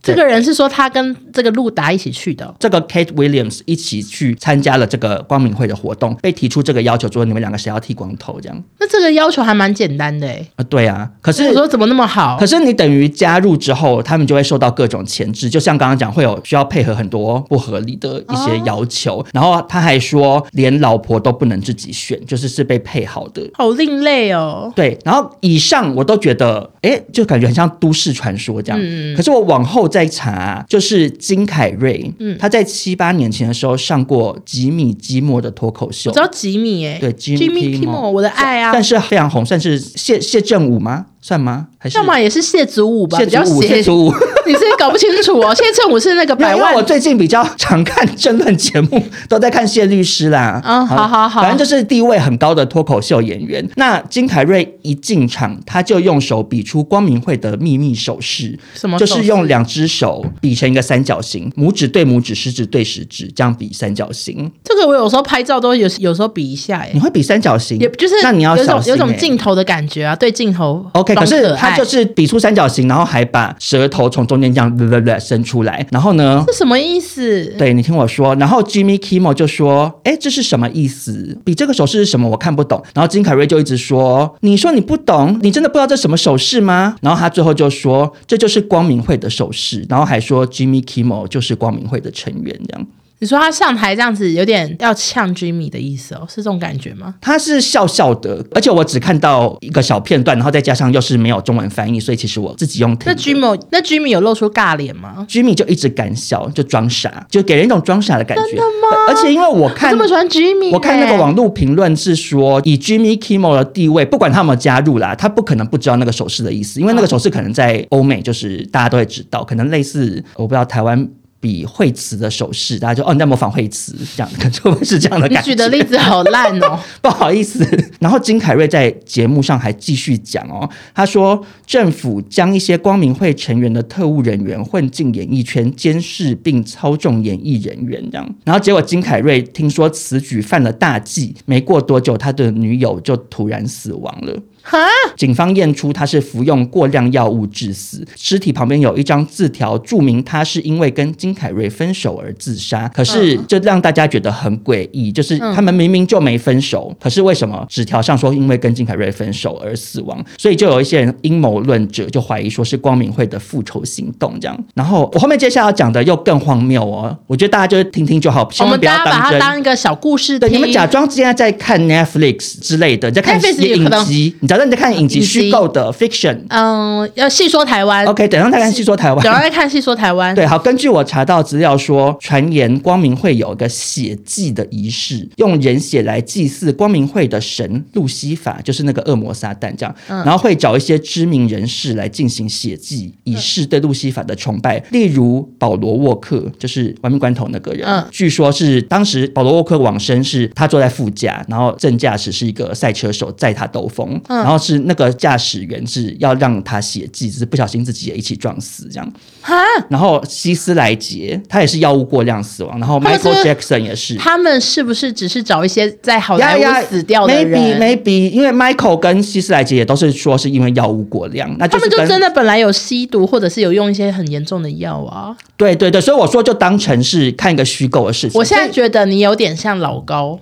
[SPEAKER 3] 这个人是说他跟这个路达一起去的哦、
[SPEAKER 2] 这个 Kate Williams 一起去参加了这个光明会的活动，被提出这个要求，说你们两个谁要剃光头这样
[SPEAKER 3] 那这个要求还蛮简单的哎、
[SPEAKER 2] 啊？对啊，可
[SPEAKER 3] 所以
[SPEAKER 2] 是
[SPEAKER 3] 我说怎么那么好
[SPEAKER 2] 可？是你等于加入之后，他们就会受到各种钳制，就像刚刚讲，会有需要配合很多不合理的一些要
[SPEAKER 3] 哦
[SPEAKER 2] 求。然后他还说，连老婆都不能自己选，就是是被配好的。
[SPEAKER 3] 好另类哦。
[SPEAKER 2] 对，然后以上我都觉得，哎，就感觉很像都市传说
[SPEAKER 3] 嗯
[SPEAKER 2] 这样。可是我往后再查、就是金凯瑞，
[SPEAKER 3] 嗯
[SPEAKER 2] 他在七八年前的时候上过吉米·基莫的脱口秀
[SPEAKER 3] 我知，道吉米哎、
[SPEAKER 2] 对吉米
[SPEAKER 3] Jimmy
[SPEAKER 2] Kimmel
[SPEAKER 3] Kimmel，我的爱啊
[SPEAKER 2] 但，是非常红，算是谢谢振武吗？算吗？还是
[SPEAKER 3] 要么也是谢祖武吧，
[SPEAKER 2] 谢
[SPEAKER 3] 比较
[SPEAKER 2] 祖武？谢
[SPEAKER 3] 邪。 [LAUGHS]
[SPEAKER 2] 祖武。
[SPEAKER 3] 你自己搞不清楚哦，谢振武是那个
[SPEAKER 2] 没有
[SPEAKER 3] 百
[SPEAKER 2] 因为
[SPEAKER 3] 万
[SPEAKER 2] 我最近比较 [LAUGHS] 常看争论节目，都在看谢律师啦。
[SPEAKER 3] 嗯好好好
[SPEAKER 2] 反正就是地位很高的脱口秀演员。那金凯瑞一进场，他就用手比出光明会的秘密手势，
[SPEAKER 3] 什么手
[SPEAKER 2] 就
[SPEAKER 3] 势
[SPEAKER 2] 是用两只手比成一个三角形，拇指对拇指，食指对食指，这样比三角形。
[SPEAKER 3] 这个我有时候拍照都有，有时候比一下耶
[SPEAKER 2] 你，会比三角形？
[SPEAKER 3] 哎也就是
[SPEAKER 2] 嗯那你要
[SPEAKER 3] 有
[SPEAKER 2] 小
[SPEAKER 3] 种
[SPEAKER 2] 心、
[SPEAKER 3] 有
[SPEAKER 2] 欸。
[SPEAKER 3] 种镜头的感觉啊，对镜头
[SPEAKER 2] OK，
[SPEAKER 3] 装
[SPEAKER 2] 可
[SPEAKER 3] 可
[SPEAKER 2] 是他
[SPEAKER 3] 爱
[SPEAKER 2] 就是比出三角形，然后还把舌头从中间这样 [LAUGHS] 略略略伸出来，然后呢，
[SPEAKER 3] 这什么意思？
[SPEAKER 2] 对你听我说，然后 Jimmy Kimmel 就说：“哎，这是什么意思？比这个手势是什么？我看不懂。”然后金凯瑞就一直说：“你说你不懂，你真的不知道这什么手势吗？”然后他最后就说：“这就是光明会的手势。”然后还说 Jimmy Kimmel 就是光明会的成员，这样
[SPEAKER 3] 你说他上台这样子有点要呛 Jimmy 的意思哦，是这种感觉吗？
[SPEAKER 2] 他是笑笑的，而且我只看到一个小片段，然后再加上又是没有中文翻译，所以其实我自己用听
[SPEAKER 3] 那
[SPEAKER 2] 的。
[SPEAKER 3] Jimmy 那 Jimmy 有露出尬脸吗？
[SPEAKER 2] Jimmy 就一直敢笑，就装傻，就给人一种装傻的感觉。真的吗？而且因为我
[SPEAKER 3] 我
[SPEAKER 2] 看
[SPEAKER 3] 这么喜欢 Jimmy，哎
[SPEAKER 2] 我看那个
[SPEAKER 3] 耶
[SPEAKER 2] 网络评论是说，以 Jimmy Kimmel 的地位，不管他有没有加入啦，他不可能不知道那个手势的意思，因为那个手势可能在欧美就是大家都会知道，可能类似我不知道台湾比惠慈的手势，大家就哦你在模仿惠慈这样，可能就会是这样的
[SPEAKER 3] 你
[SPEAKER 2] 感觉。
[SPEAKER 3] 举的例子好烂
[SPEAKER 2] [LAUGHS]
[SPEAKER 3] 哦，
[SPEAKER 2] 不好意思。然后金凯瑞在节目上还继续讲哦，他说政府将一些光明会成员的特务人员混进演艺圈，监视并操纵演艺人员这样。然后结果金凯瑞听说此举犯了大忌，没过多久他的女友就突然死亡了。
[SPEAKER 3] 哈，
[SPEAKER 2] [LAUGHS] 警方验出他是服用过量药物致死，尸体旁边有一张字条，注明他是因为跟金凯瑞分手而自杀。可是
[SPEAKER 3] 嗯
[SPEAKER 2] 这让大家觉得很诡异，就是他们明明就没分手，可是为什么纸条上说因为跟金凯瑞分手而死亡？所以就有一些人阴谋论者就怀疑说是光明会的复仇行动这样。然后我后面接下来要讲的又更荒谬哦，我觉得大家就是听听就好，
[SPEAKER 3] [LAUGHS] 我
[SPEAKER 2] 千万
[SPEAKER 3] 们
[SPEAKER 2] 不要
[SPEAKER 3] 大家把
[SPEAKER 2] 当
[SPEAKER 3] 它
[SPEAKER 2] 真。
[SPEAKER 3] 当一个小故事
[SPEAKER 2] 对，
[SPEAKER 3] 听。
[SPEAKER 2] 你们假装现在在看 Netflix 之类的，你在看
[SPEAKER 3] Netflix 也可
[SPEAKER 2] 影
[SPEAKER 3] 能
[SPEAKER 2] 集，你假装你在看影集
[SPEAKER 3] 影集
[SPEAKER 2] 虚构的 fiction。
[SPEAKER 3] 嗯，要细说台湾
[SPEAKER 2] OK，等一下再看细说台
[SPEAKER 3] 等一下
[SPEAKER 2] 湾。
[SPEAKER 3] 再看细说台湾。
[SPEAKER 2] 哦 [LAUGHS] 对，好，根据我查到资料说，传言光明会有一个血祭的仪式，用人血来祭祀光明会的神路西法，就是那个恶魔撒旦这样。然后会找一些知名人士来进行血祭，以示对路西法的崇拜，例如保罗沃克，就是亡命关头那个人。
[SPEAKER 3] 嗯
[SPEAKER 2] 据说是当时保罗沃克往生是他坐在副驾，然后正驾驶是一个赛车手载他兜风，然后是那个驾驶员是要让他血祭，只是不小心自己也一起撞死这样。
[SPEAKER 3] 哈，
[SPEAKER 2] 然后希斯莱杰他也是药物过量死亡，然后
[SPEAKER 3] 他们是
[SPEAKER 2] Michael Jackson 也是。
[SPEAKER 3] 他们是不是只是找一些在好莱
[SPEAKER 2] 呀呀
[SPEAKER 3] 坞死掉的人
[SPEAKER 2] Maybe maybe，因为 Michael 跟希斯莱杰也都是说是因为药物过量，那
[SPEAKER 3] 他
[SPEAKER 2] 是
[SPEAKER 3] 们就
[SPEAKER 2] 跟
[SPEAKER 3] 真的本来有吸毒，或者是有用一些很严重的药啊。
[SPEAKER 2] 对对对，所以我说就当成是看一个虚构的事情。
[SPEAKER 3] 我现在
[SPEAKER 2] 所以
[SPEAKER 3] 觉得你有点像老
[SPEAKER 2] [LAUGHS]
[SPEAKER 3] 高，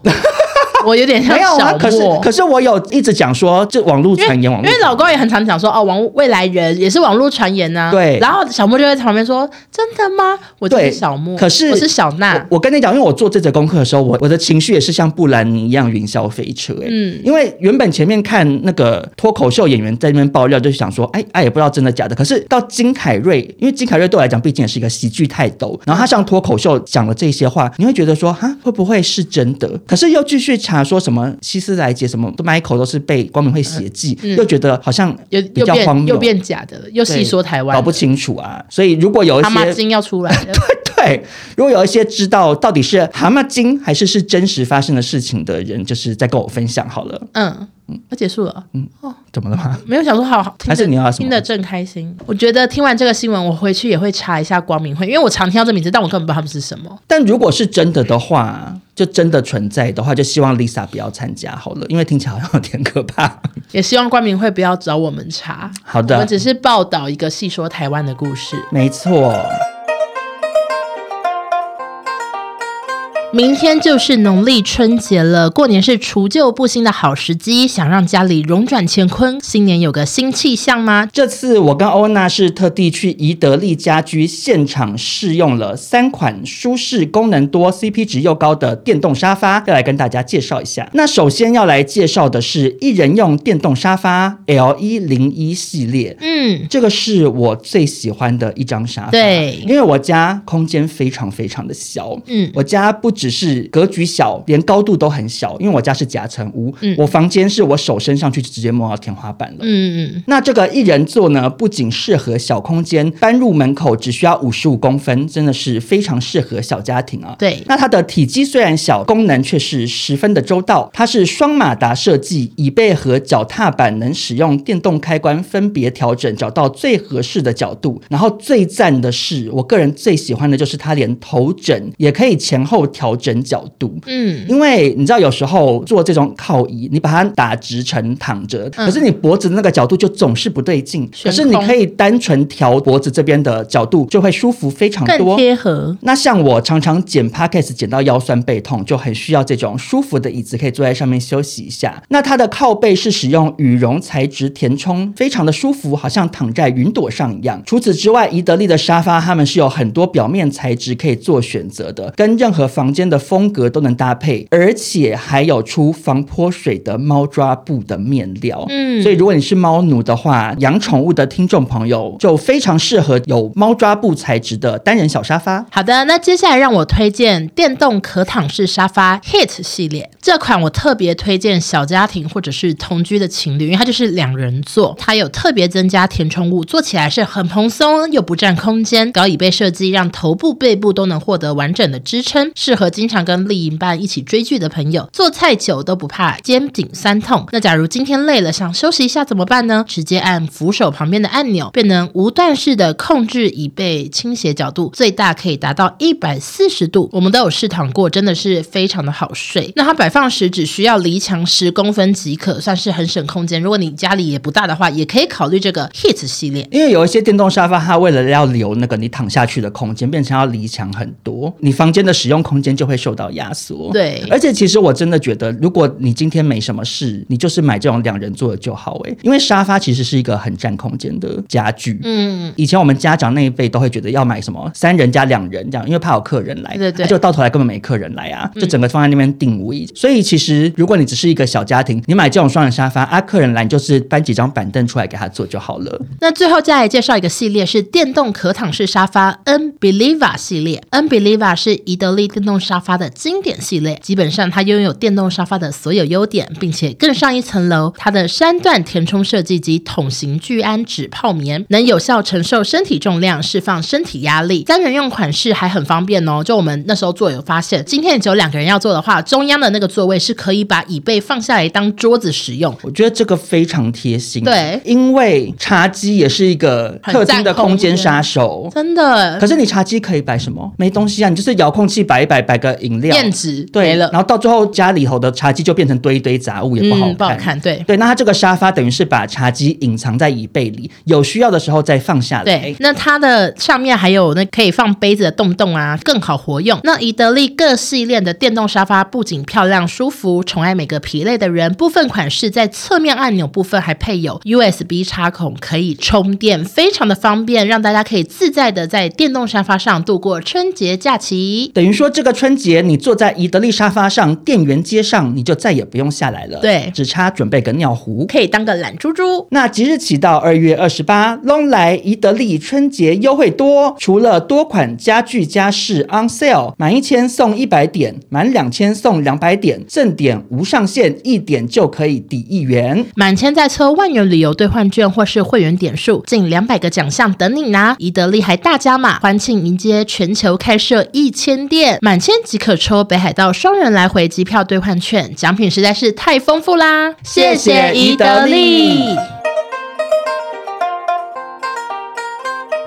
[SPEAKER 3] 我有点像
[SPEAKER 2] 没有啊，
[SPEAKER 3] 小
[SPEAKER 2] 可是
[SPEAKER 3] 莫
[SPEAKER 2] 可。是我有一直讲说这网络
[SPEAKER 3] 因为
[SPEAKER 2] 传言，网
[SPEAKER 3] 因
[SPEAKER 2] 络
[SPEAKER 3] 为老高也很常讲说哦，网未来人也是网络传言呐、
[SPEAKER 2] 对
[SPEAKER 3] 然后小莫就在旁边说：“真的吗？我就
[SPEAKER 2] 对
[SPEAKER 3] 是小莫，
[SPEAKER 2] 可是
[SPEAKER 3] 我是小娜。
[SPEAKER 2] 我我跟你讲，因为我做这则功课的时候，我我的情绪也是像布兰妮一样云霄飞车、欸。嗯，因为原本前面看那个脱口秀演员在那边爆料，就想说，哎哎，也不知道真的假的。可是到金凯瑞，因为金凯瑞对我来讲毕竟也是一个喜剧泰斗，然后他上脱口秀讲了这些话，你会觉得说，哈，会不会是真的？可是又继续查。查说什么希斯莱杰什么 Michael 都是被光明会血祭，又觉得好像
[SPEAKER 3] 又
[SPEAKER 2] 比
[SPEAKER 3] 又
[SPEAKER 2] 较荒
[SPEAKER 3] 嗯变
[SPEAKER 2] 谬
[SPEAKER 3] 又，变假的了，又
[SPEAKER 2] 对
[SPEAKER 3] 细说台湾了，
[SPEAKER 2] 搞不清楚啊。所以如果有一
[SPEAKER 3] 蛤蟆
[SPEAKER 2] 些
[SPEAKER 3] 精要出来
[SPEAKER 2] [LAUGHS]
[SPEAKER 3] 了。
[SPEAKER 2] 对，如果有一些知道到底是蛤蟆精还是是真实发生的事情的人，就是再跟我分享好了。
[SPEAKER 3] 嗯，要结束了，
[SPEAKER 2] 怎么了吗？
[SPEAKER 3] 没有想说好好听
[SPEAKER 2] 还是
[SPEAKER 3] 得
[SPEAKER 2] 你要什
[SPEAKER 3] 听
[SPEAKER 2] 么
[SPEAKER 3] 得正开心。我觉得听完这个新闻，我回去也会查一下光明会，因为我常听到这名字，但我根本不知道他们是什么。
[SPEAKER 2] 但如果是真的的话，就真的存在的话，就希望 Lisa 不要参加好了，因为听起来好像有点可怕。
[SPEAKER 3] 也希望光明会不要找我们查。
[SPEAKER 2] 好
[SPEAKER 3] 我们
[SPEAKER 2] 的，
[SPEAKER 3] 只是报道一个细说台湾的故事。
[SPEAKER 2] 没错，
[SPEAKER 3] 明天就是农历春节了，过年是除旧布新的好时机，想让家里荣转乾坤，新年有个新气象吗？
[SPEAKER 2] 这次我跟欧娜是特地去宜得利家居现场试用了三款舒适、功能多、CP 值又高的电动沙发，要来跟大家介绍一下。那首先要来介绍的是一人用电动沙发 L 一零一系列。
[SPEAKER 3] 嗯，
[SPEAKER 2] 这个是我最喜欢的一张沙发，
[SPEAKER 3] 对
[SPEAKER 2] 因为我家空间非常非常的小，
[SPEAKER 3] 嗯
[SPEAKER 2] 我家不只是格局小，连高度都很小，因为我家是夹层屋，
[SPEAKER 3] 嗯
[SPEAKER 2] 我房间是我手伸上去就直接摸到天花板了。
[SPEAKER 3] 嗯嗯，
[SPEAKER 2] 那这个一人座呢，不仅适合小空间，搬入门口只需要五十五公分，真的是非常适合小家庭啊。
[SPEAKER 3] 对
[SPEAKER 2] 那它的体积虽然小，功能却是十分的周到。它是双马达设计，椅背和脚踏板能使用电动开关分别调整，找到最合适的角度。然后最赞的是，我个人最喜欢的就是它连头枕也可以前后调整角度。
[SPEAKER 3] 嗯，
[SPEAKER 2] 因为你知道，有时候做这种靠椅，你把它打直成躺着，
[SPEAKER 3] 嗯
[SPEAKER 2] 可是你脖子的那个角度就总是不对劲。可
[SPEAKER 3] 悬
[SPEAKER 2] 是
[SPEAKER 3] 空
[SPEAKER 2] 你可以单纯调脖子这边的角度，就会舒服非常
[SPEAKER 3] 更
[SPEAKER 2] 多。
[SPEAKER 3] 贴合。
[SPEAKER 2] 那像我常常剪 podcast 剪到腰酸背痛，就很需要这种舒服的椅子，可以坐在上面休息一下。那它的靠背是使用羽绒材质填充，非常的舒服，好像躺在云朵上一样。除此之外，宜得利的沙发它们是有很多表面材质可以做选择的，跟任何房间的风格都能搭配，而且还有出防泼水的猫抓布的面料。
[SPEAKER 3] 嗯
[SPEAKER 2] 所以如果你是猫奴的话，养宠物的听众朋友就非常适合有猫抓布材质的单人小沙发。
[SPEAKER 3] 好的，那接下来让我推荐电动可躺式沙发 Hit 系列。这款我特别推荐小家庭或者是同居的情侣，因为它就是两人座，它有特别增加填充物，坐起来是很蓬松又不占空间。高椅背设计让头部、背部都能获得完整的支撑，适合经常跟另一半一起追剧的朋友。坐太久都不怕肩颈酸痛。那假如今天累了想休息一下怎么办呢？直接按扶手旁边的按钮，便能无段式的控制椅背倾斜角度，最大可以达到一百四十度。我们都有试躺过，真的是非常的好睡。那它摆放时只需要离墙十公分即可，算是很省空间。如果你家里也不大的话，也可以考虑这个 Hit 系列。
[SPEAKER 2] 因为有一些电动沙发，它为了要留那个你躺下去的空间，变成要离墙很多，你房间的使用空间就会受到压缩。
[SPEAKER 3] 对
[SPEAKER 2] 而且其实我真的觉得，如果你今天没什么事，你就是买这种两人座的就好诶、因为沙发其实是一个很占空间的家具。
[SPEAKER 3] 嗯，
[SPEAKER 2] 以前我们家长那一辈都会觉得要买什么三人加两人这样，因为怕有客人来，
[SPEAKER 3] 对对嗯
[SPEAKER 2] 啊就到头来根本没客人来啊，就整个放在那边定位。所以其实如果你只是一个小家庭，你买这种双人沙发啊，客人来你就是搬几张板凳出来给他坐就好了。
[SPEAKER 3] 那最后再来介绍一个系列是电动可躺式沙发 Unbelieva 系列。Unbelieva 是宜得利电动沙发的经典系列，基本上它拥有电动沙发的所有优点，并且更上一层楼。它的三段填充设计及桶型聚氨酯泡棉，能有效承受身体重量，释放身体压力。单人用款式还很方便哦，就我们那时候坐有发现，今天只有两个人要坐的话，中央的那个座位是可以把椅背放下来当桌子使用。
[SPEAKER 2] 我觉得这个非常贴心，
[SPEAKER 3] 对
[SPEAKER 2] 因为茶几也是一个特定的空间杀手。
[SPEAKER 3] 真的，
[SPEAKER 2] 可是你茶几可以摆什么？没东西啊，你就是遥控器摆一摆，摆个饮料，
[SPEAKER 3] 面纸
[SPEAKER 2] 对，
[SPEAKER 3] 没了
[SPEAKER 2] 然。后到最后家里头的茶几就变成堆一堆杂物，也不好看。
[SPEAKER 3] 嗯、不好看，对。
[SPEAKER 2] 对，那它这个沙发等于是把茶几隐藏在椅背里，有需要的哎时候再放下来。
[SPEAKER 3] 对，，那它的上面还有那可以放杯子的洞洞啊，更好活用。那宜得利各系列的电动沙发不仅漂亮舒服，宠爱每个疲累的人。部分款式在侧面按钮部分还配有 USB 插孔，可以充电，非常的方便，让大家可以自在的在电动沙发上度过春节假期。
[SPEAKER 2] 等于说这个春春节你坐在宜得利沙发上，店员接上，你就再也不用下来了。
[SPEAKER 3] 对
[SPEAKER 2] 只差准备个尿壶。
[SPEAKER 3] 可以当个懒猪猪。
[SPEAKER 2] 那即日起到二月二十八，隆来宜得利春节优惠多，除了多款家具家饰 on sale，满一千送一百点，满两千送两百点，赠点无上限，一点就可以抵一元。
[SPEAKER 3] 满千在车万元旅游兑换券或是会员点数，近两百个奖项等你拿！宜得利还大加码，欢庆迎接全球开设一千店，满千即可抽北海道双人来回机票兑换券，奖品实在是太丰富啦！
[SPEAKER 2] 谢谢宜得利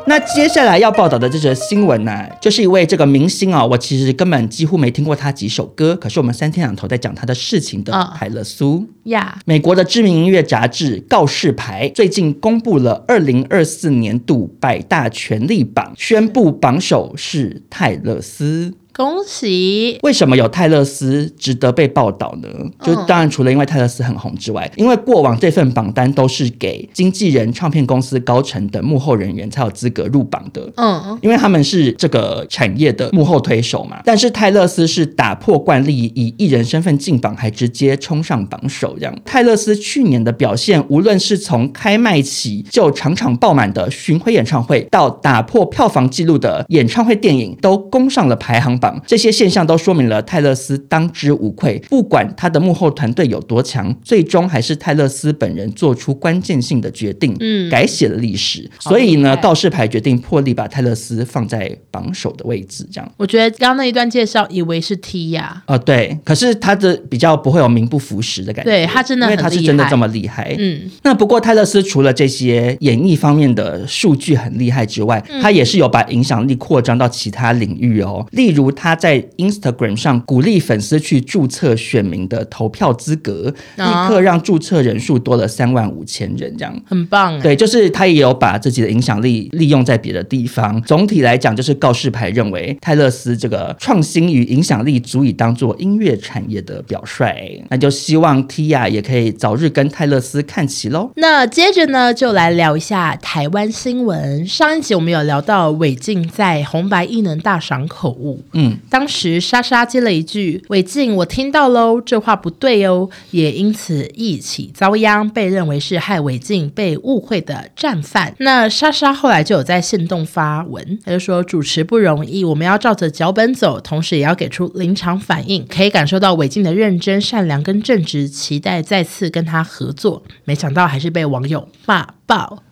[SPEAKER 2] 那接下来要报道的这则新闻呢、就是一位这个明星啊、我其实根本几乎没听过他几首歌，可是我们三天两头在讲他的事情的
[SPEAKER 3] 啊
[SPEAKER 2] 泰勒苏。
[SPEAKER 3] 呀！
[SPEAKER 2] 美国的知名音乐杂志《告示牌》最近公布了二零二四年度百大权力榜，宣布榜首是泰勒斯。
[SPEAKER 3] 恭喜！
[SPEAKER 2] 为什么有泰勒斯值得被报道呢？就当然除了因为泰勒斯很红之外，因为过往这份榜单都是给经纪人、唱片公司高层等幕后人员才有资格入榜的。
[SPEAKER 3] 嗯，
[SPEAKER 2] 因为他们是这个产业的幕后推手嘛，但是泰勒斯是打破惯例，以艺人身份进榜，还直接冲上榜首。这样，泰勒斯去年的表现，无论是从开卖起就场场爆满的巡回演唱会，到打破票房纪录的演唱会电影，都攻上了排行榜。这些现象都说明了泰勒斯当之无愧，不管他的幕后团队有多强，最终还是泰勒斯本人做出关键性的决定，
[SPEAKER 3] 嗯
[SPEAKER 2] 改写了历史。
[SPEAKER 3] 好
[SPEAKER 2] 所以
[SPEAKER 3] 厉
[SPEAKER 2] 呢，
[SPEAKER 3] 害
[SPEAKER 2] 告示牌决定破例把泰勒斯放在榜首的位置，这样。
[SPEAKER 3] 我觉得刚刚那一段介绍，以为是 T 呀、
[SPEAKER 2] 啊、对，可是他的比较不会有名不符实的感觉，
[SPEAKER 3] 对他真的
[SPEAKER 2] 因为
[SPEAKER 3] 很
[SPEAKER 2] 他是
[SPEAKER 3] 厉
[SPEAKER 2] 真的
[SPEAKER 3] 害
[SPEAKER 2] 这么厉害，
[SPEAKER 3] 嗯，
[SPEAKER 2] 那不过泰勒斯除了这些演艺方面的数据很厉害之外，
[SPEAKER 3] 嗯
[SPEAKER 2] 他也是有把影响力扩张到其他领域哦。例如他在 Instagram 上鼓励粉丝去注册选民的投票资格，立
[SPEAKER 3] 啊
[SPEAKER 2] 刻让注册人数多了三万五千人这样。
[SPEAKER 3] 很棒哎、
[SPEAKER 2] 对，就是他也有把自己的影响力利用在别的地方。总体来讲，就是告示牌认为泰勒斯这个创新与影响力足以当做音乐产业的表率。那就希望 Tia 也可以早日跟泰勒斯看齐喽。
[SPEAKER 3] 那接着呢，就来聊一下台湾新闻。上一集我们有聊到韦静在红白艺能大赏口误，
[SPEAKER 2] 嗯，
[SPEAKER 3] 当时莎莎接了一句“韦静，我听到喽”，这话不对哦，也因此一起遭殃，被认为是害韦静被误会的战犯。那莎莎后来就有在线动发文，她就说主持不容易，我们要照着脚本走，同时也要给出临场反应，可以感受到韦静的认真、善良跟正直，期待再次跟他合作。没想到还是被网友骂爆。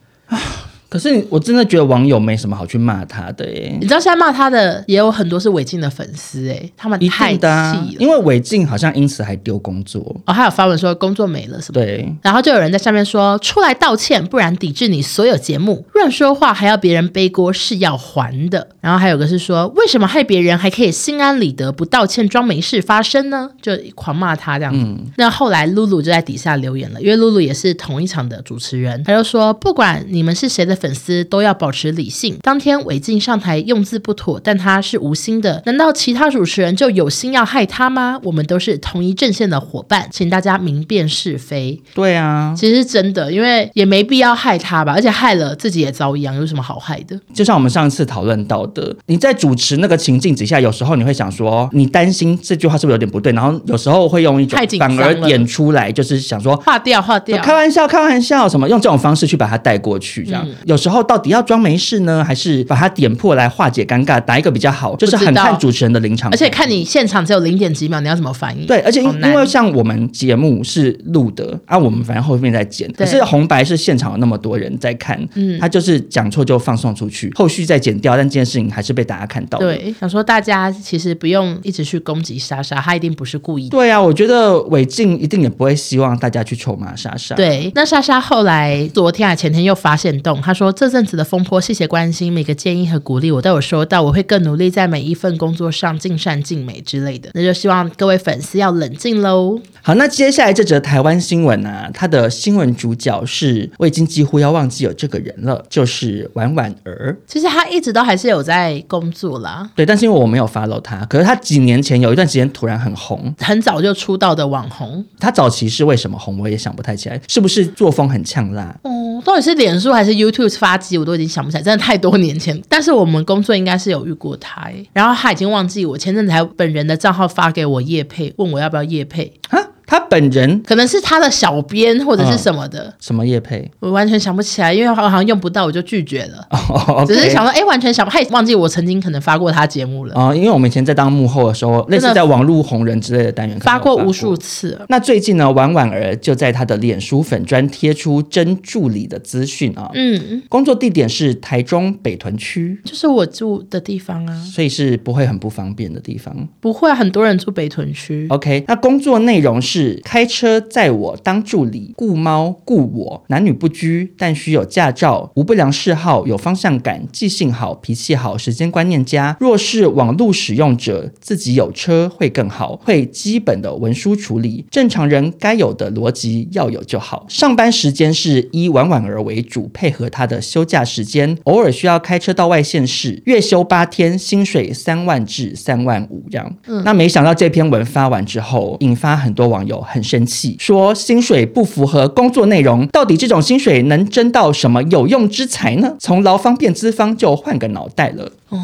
[SPEAKER 2] 可是我真的觉得网友没什么好去骂他的耶
[SPEAKER 3] 你。知道现在骂他的也有很多是韦静的粉丝哎、他们
[SPEAKER 2] 一
[SPEAKER 3] 太
[SPEAKER 2] 定
[SPEAKER 3] 气
[SPEAKER 2] 的啊、
[SPEAKER 3] 了。
[SPEAKER 2] 因为韦静好像因此还丢工作。
[SPEAKER 3] 哦，还有发文说工作没了什么。
[SPEAKER 2] 对，
[SPEAKER 3] 然后就有人在下面说出来道歉，不然抵制你所有节目。乱说话还要别人背锅是要还的。然后还有个是说，为什么害别人还可以心安理得不道歉装没事发生呢？就狂骂他这样子。那后来露露就在底下留言了，因为露露也是同一场的主持人，他就说不管你们是谁的粉丝，都要保持理性。当天韦静上台用字不妥，但他是无心的，难道其他主持人就有心要害他吗？我们都是同一阵线的伙伴，请大家明辨是非。
[SPEAKER 2] 对啊，
[SPEAKER 3] 其实是真的，因为也没必要害他吧，而且害了自己也遭殃，有什么好害的？
[SPEAKER 2] 就像我们上次讨论到的，你在主持那个情境底下，有时候你会想说，你担心这句话是不是有点不对，然后有时候会用一种
[SPEAKER 3] 太紧张
[SPEAKER 2] 反
[SPEAKER 3] 了
[SPEAKER 2] 而演出来，就是想说。
[SPEAKER 3] 划掉，划
[SPEAKER 2] 就
[SPEAKER 3] 掉。
[SPEAKER 2] 开玩笑，开玩笑，什么用这种方式去把它带过去？这样、有时候到底要装没事呢，还是把它点破来化解尴尬？哪一个比较好？就是很
[SPEAKER 3] 不知道
[SPEAKER 2] 看主持人的临场
[SPEAKER 3] 而
[SPEAKER 2] 反应，
[SPEAKER 3] 且看你现场只有零点几秒，你要怎么反应？
[SPEAKER 2] 对，而且因
[SPEAKER 3] 好难
[SPEAKER 2] 因为像我们节目是录的啊，我们反正后面再剪。可
[SPEAKER 3] 对
[SPEAKER 2] 是红白是现场有那么多人在看，嗯，他就是讲错就放送出去，后续再剪掉，但这件事情还是被大家看到的。
[SPEAKER 3] 对，想说大家其实不用一直去攻击莎莎，她一定不是故意的。
[SPEAKER 2] 对啊，我觉得韦静一定也不会希望大家去臭骂莎莎。，
[SPEAKER 3] 对，那莎莎后来昨天啊前天又发现动，她说这阵子的风波，谢谢关心，每个建议和鼓励我都有收到，我会更努力在每一份工作上尽善尽美之类的。那就希望各位粉丝要冷静喽。
[SPEAKER 2] 好，那接下来这则台湾新闻啊，它的新闻主角是我已经几乎要忘记有这个人了，就是婉婉儿。
[SPEAKER 3] 其实她一直都还是有在工作啦，
[SPEAKER 2] 对，但是因为我没有 follow 她，可是她几年前有一段时间突然很红，
[SPEAKER 3] 很早就出道的网红。
[SPEAKER 2] 她早期是为什么红我也想不太起来，是不是作风很呛辣？
[SPEAKER 3] 哦，到底是脸书还是 YouTube Hughes 发迹，我都已经想不起来，真的太多年前。但是我们工作应该是有遇过他、欸，然后他已经忘记我前阵子还本人的账号发给我叶配，问我要不要叶配，
[SPEAKER 2] 啊，他本人
[SPEAKER 3] 可能是他的小编或者是什么的，
[SPEAKER 2] 什么叶配？ [LAUGHS]
[SPEAKER 3] 我完全想不起来，因为我好像用不到，我就拒绝了。
[SPEAKER 2] 哦，
[SPEAKER 3] 只是
[SPEAKER 2] OK
[SPEAKER 3] 想说，哎、完全想不，他也忘记我曾经可能发过他节目了，
[SPEAKER 2] 哦，因为我们以前在当幕后的时候，类似在网络红人之类的单元，
[SPEAKER 3] 发过
[SPEAKER 2] 可能有
[SPEAKER 3] 无数。次了。
[SPEAKER 2] 那最近呢，婉婉儿就在她的脸书粉专贴出真助理的资讯啊，
[SPEAKER 3] 嗯，
[SPEAKER 2] 工作地点是台中北屯区，
[SPEAKER 3] 就是我住的地方啊，
[SPEAKER 2] 所以是不会很不方便的地方。
[SPEAKER 3] 不会啊很多人住北屯区。
[SPEAKER 2] OK，那工作内容是开车载我当助理，雇猫雇我，男女不拘，但需有驾照，无不良嗜好，有方向感，记性好，脾气好，时间观念佳。若是网络使用者，自己有车会更好，会基本的文书处理，正常人该有的逻辑要有就好。上班时间是以婉婉儿为主，配合她的休假时间，偶尔需要开车到外县市，月休八天，薪水三万至三万五这样。那没想到这篇文发完之后，引发很多网友很生气，说薪水不符合工作内容，到底这种薪水能争到什么有用之才呢？从劳方变资方就换个脑袋了。
[SPEAKER 3] 哦，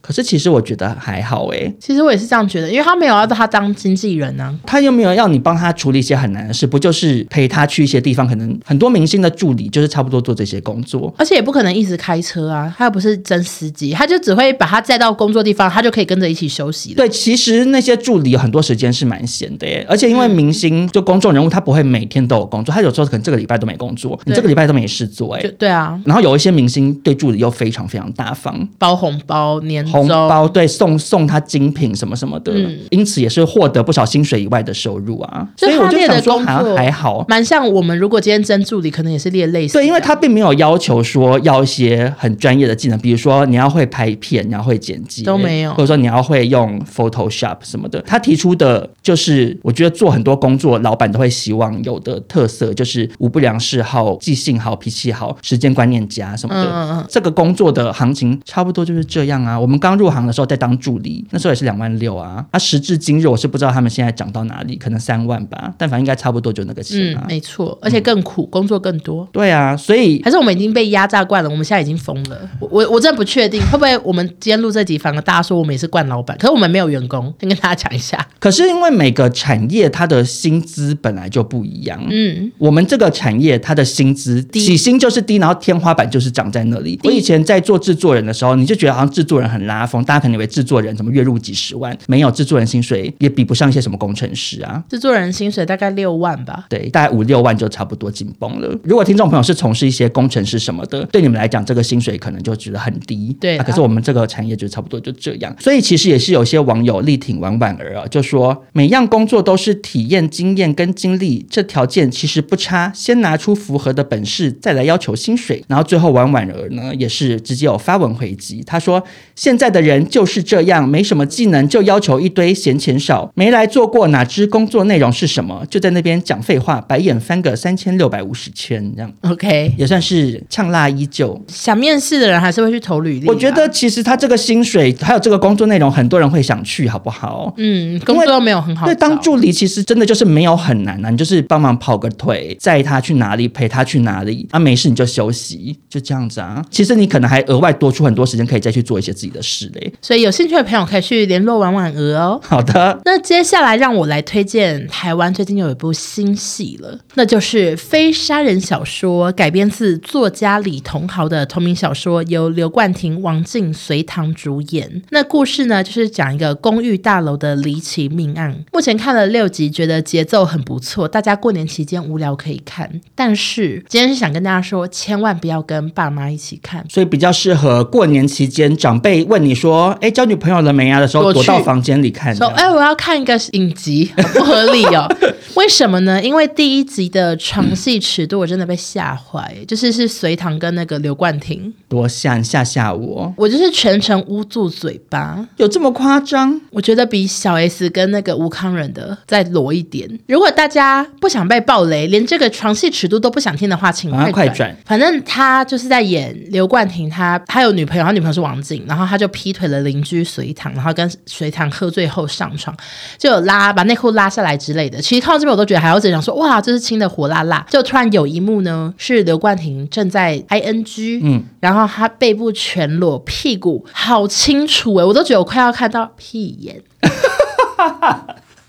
[SPEAKER 2] 可是其实我觉得还好欸诶、
[SPEAKER 3] 其实我也是这样觉得，因为他没有要他当经纪人啊呢、
[SPEAKER 2] 他又没有要你帮他处理一些很难的事，不就是陪他去一些地方？可能很多明星的助理就是差不多做这些工作。
[SPEAKER 3] 而且也不可能一直开车啊，他又不是真司机，他就只会把他载到工作地方，他就可以跟着一起休息了。
[SPEAKER 2] 对，其实那些助理有很多时间是蛮闲的耶，而且因为明星就公众人物，他不会每天都有工作，他有时候可能这个礼拜都没工作，你
[SPEAKER 3] 对
[SPEAKER 2] 这个礼拜都没事做
[SPEAKER 3] 就
[SPEAKER 2] 哎。
[SPEAKER 3] 对啊，
[SPEAKER 2] 然后有一些明星对助理又非常非常大方，
[SPEAKER 3] 包红包、年
[SPEAKER 2] 红
[SPEAKER 3] 终，
[SPEAKER 2] 包对送送他精品什么什么的，
[SPEAKER 3] 嗯
[SPEAKER 2] 因此也是获得不少薪水以外的收入啊。
[SPEAKER 3] 就
[SPEAKER 2] 所以我
[SPEAKER 3] 他
[SPEAKER 2] 就
[SPEAKER 3] 列的
[SPEAKER 2] 想说，
[SPEAKER 3] 工
[SPEAKER 2] 好像
[SPEAKER 3] 作
[SPEAKER 2] 还好，啊
[SPEAKER 3] 蛮像我们如果今天真助理，可能也是列类似啊的。
[SPEAKER 2] 对，因为他并没有要求说要一些很专业的技能，比如说你要会拍片，你要会剪辑，
[SPEAKER 3] 都没有
[SPEAKER 2] 或者说你要会用 Photoshop 什么的。他提出的就是，我觉得做很多工作，老板都会希望有的特色，就是无不良嗜好、记性好、脾气好、时间观念佳什么的。
[SPEAKER 3] 嗯嗯嗯
[SPEAKER 2] 这个工作的行情差不多就是这样啊。我们刚入行的时候在当助理，那时候也是两万六啊。啊，时至今日，我是不知道他们现在涨到哪里，可能三万吧，但反正应该差不多就那个钱啊。
[SPEAKER 3] 嗯，没错，而且更苦，工作更多。
[SPEAKER 2] 对啊，所以
[SPEAKER 3] 还是我们已经被压榨惯了，我们现在已经疯了。我我我真的不确定，会不会我们今天录这集，反而大家说我们也是惯老板，可是我们没有员工， [LAUGHS] 先跟大家讲一下。
[SPEAKER 2] 可是因为每个产业它的薪资本来就不一样。
[SPEAKER 3] 嗯，
[SPEAKER 2] 我们这个产业，它的薪资
[SPEAKER 3] 低
[SPEAKER 2] 起薪就是低，然后天花板就是长在那里。
[SPEAKER 3] 低
[SPEAKER 2] 我以前在做制作人的时候，你就觉得好像制作人很拉风，大家可能以为制作人怎么月入几十万，没有制作人薪水也比不上一些什么工程师啊。
[SPEAKER 3] 制作人薪水大概六万吧。
[SPEAKER 2] 对，大概五六万就差不多紧绷了。如果听众朋友是从事一些工程师什么的，对你们来讲，这个薪水可能就觉得很低。
[SPEAKER 3] 对
[SPEAKER 2] 啊可是我们这个产业就差不多就这样。所以其实也是有些网友力挺婉婉儿啊，就说每样工作都是体验、经验跟经历，这条件其实不差，先拿出符合的本事，再来要求薪水。然后最后婉婉儿呢，也是直接有发文回击，她说现在的人就是这样，没什么技能就要求一堆，嫌钱少，没来做过哪知工作内容是什么，就在那边讲废话，白眼翻个三千六百五十圈，这样
[SPEAKER 3] OK，
[SPEAKER 2] 也算是呛辣依旧。
[SPEAKER 3] 想面试的人还是会去投履历。
[SPEAKER 2] 我觉得，其实他这个薪水还有这个工作内容，很多人会想去，好不好？
[SPEAKER 3] 嗯，工作又没有很好找。
[SPEAKER 2] 对，当助理其实真的就是没有很难啊，你就是帮忙跑个腿，载他去哪里，陪他去哪里，啊，没事你就休息，就这样子啊。其实你可能还额外多出很多时间，可以再去做一些自己的事嘞。
[SPEAKER 3] 所以有兴趣的朋友可以去联络婉婉娥哦。
[SPEAKER 2] 好的，
[SPEAKER 3] 那接下来让我来推荐台湾最近有一部新戏了，那就是非杀人小说改编自作家李同豪的同名小说，由刘冠廷、王静、隋唐主演。那故事呢，就是讲一个公寓大楼的离奇命案。目前看了六集，觉得节奏很不错，大家过年期间无聊可以看。但是今天是想跟大家说，千万不要跟爸妈一起看。
[SPEAKER 2] 所以比较适合过年期间，长辈问你说：“哎，交女朋友了没啊？”的时候，
[SPEAKER 3] 躲
[SPEAKER 2] 躲
[SPEAKER 3] 去
[SPEAKER 2] 到房间里看。
[SPEAKER 3] 说，
[SPEAKER 2] 这
[SPEAKER 3] 哎、
[SPEAKER 2] 样
[SPEAKER 3] 我要看一个影集， [LAUGHS] 好不合理哦。为什么呢？因为第一集的床戏尺度，我真的被吓坏，就是是隋唐跟那个刘冠廷，
[SPEAKER 2] 多吓吓吓我，
[SPEAKER 3] 我就是全程捂住嘴巴。
[SPEAKER 2] 有这么夸张？
[SPEAKER 3] 我觉得比小 S 跟那个吴康仁的再裸一点。如果大家不想被暴雷，连这个床戏尺度都不想听的话，请
[SPEAKER 2] 赶快
[SPEAKER 3] 快
[SPEAKER 2] 转
[SPEAKER 3] 转。反正他就是在演刘冠廷，他他有女朋友，他女朋友是王静，然后他就就劈腿了邻居隋唐，然后跟隋唐喝醉后上床，就有拉把内裤拉下来之类的。其实看到这边我都觉得还要只想说，哇，这是亲的火辣辣。就突然有一幕呢，是刘冠廷正在 ing，嗯，然后他背部全裸，屁股好清楚欸诶、我都觉得我快要看到屁
[SPEAKER 2] [LAUGHS]
[SPEAKER 3] 眼，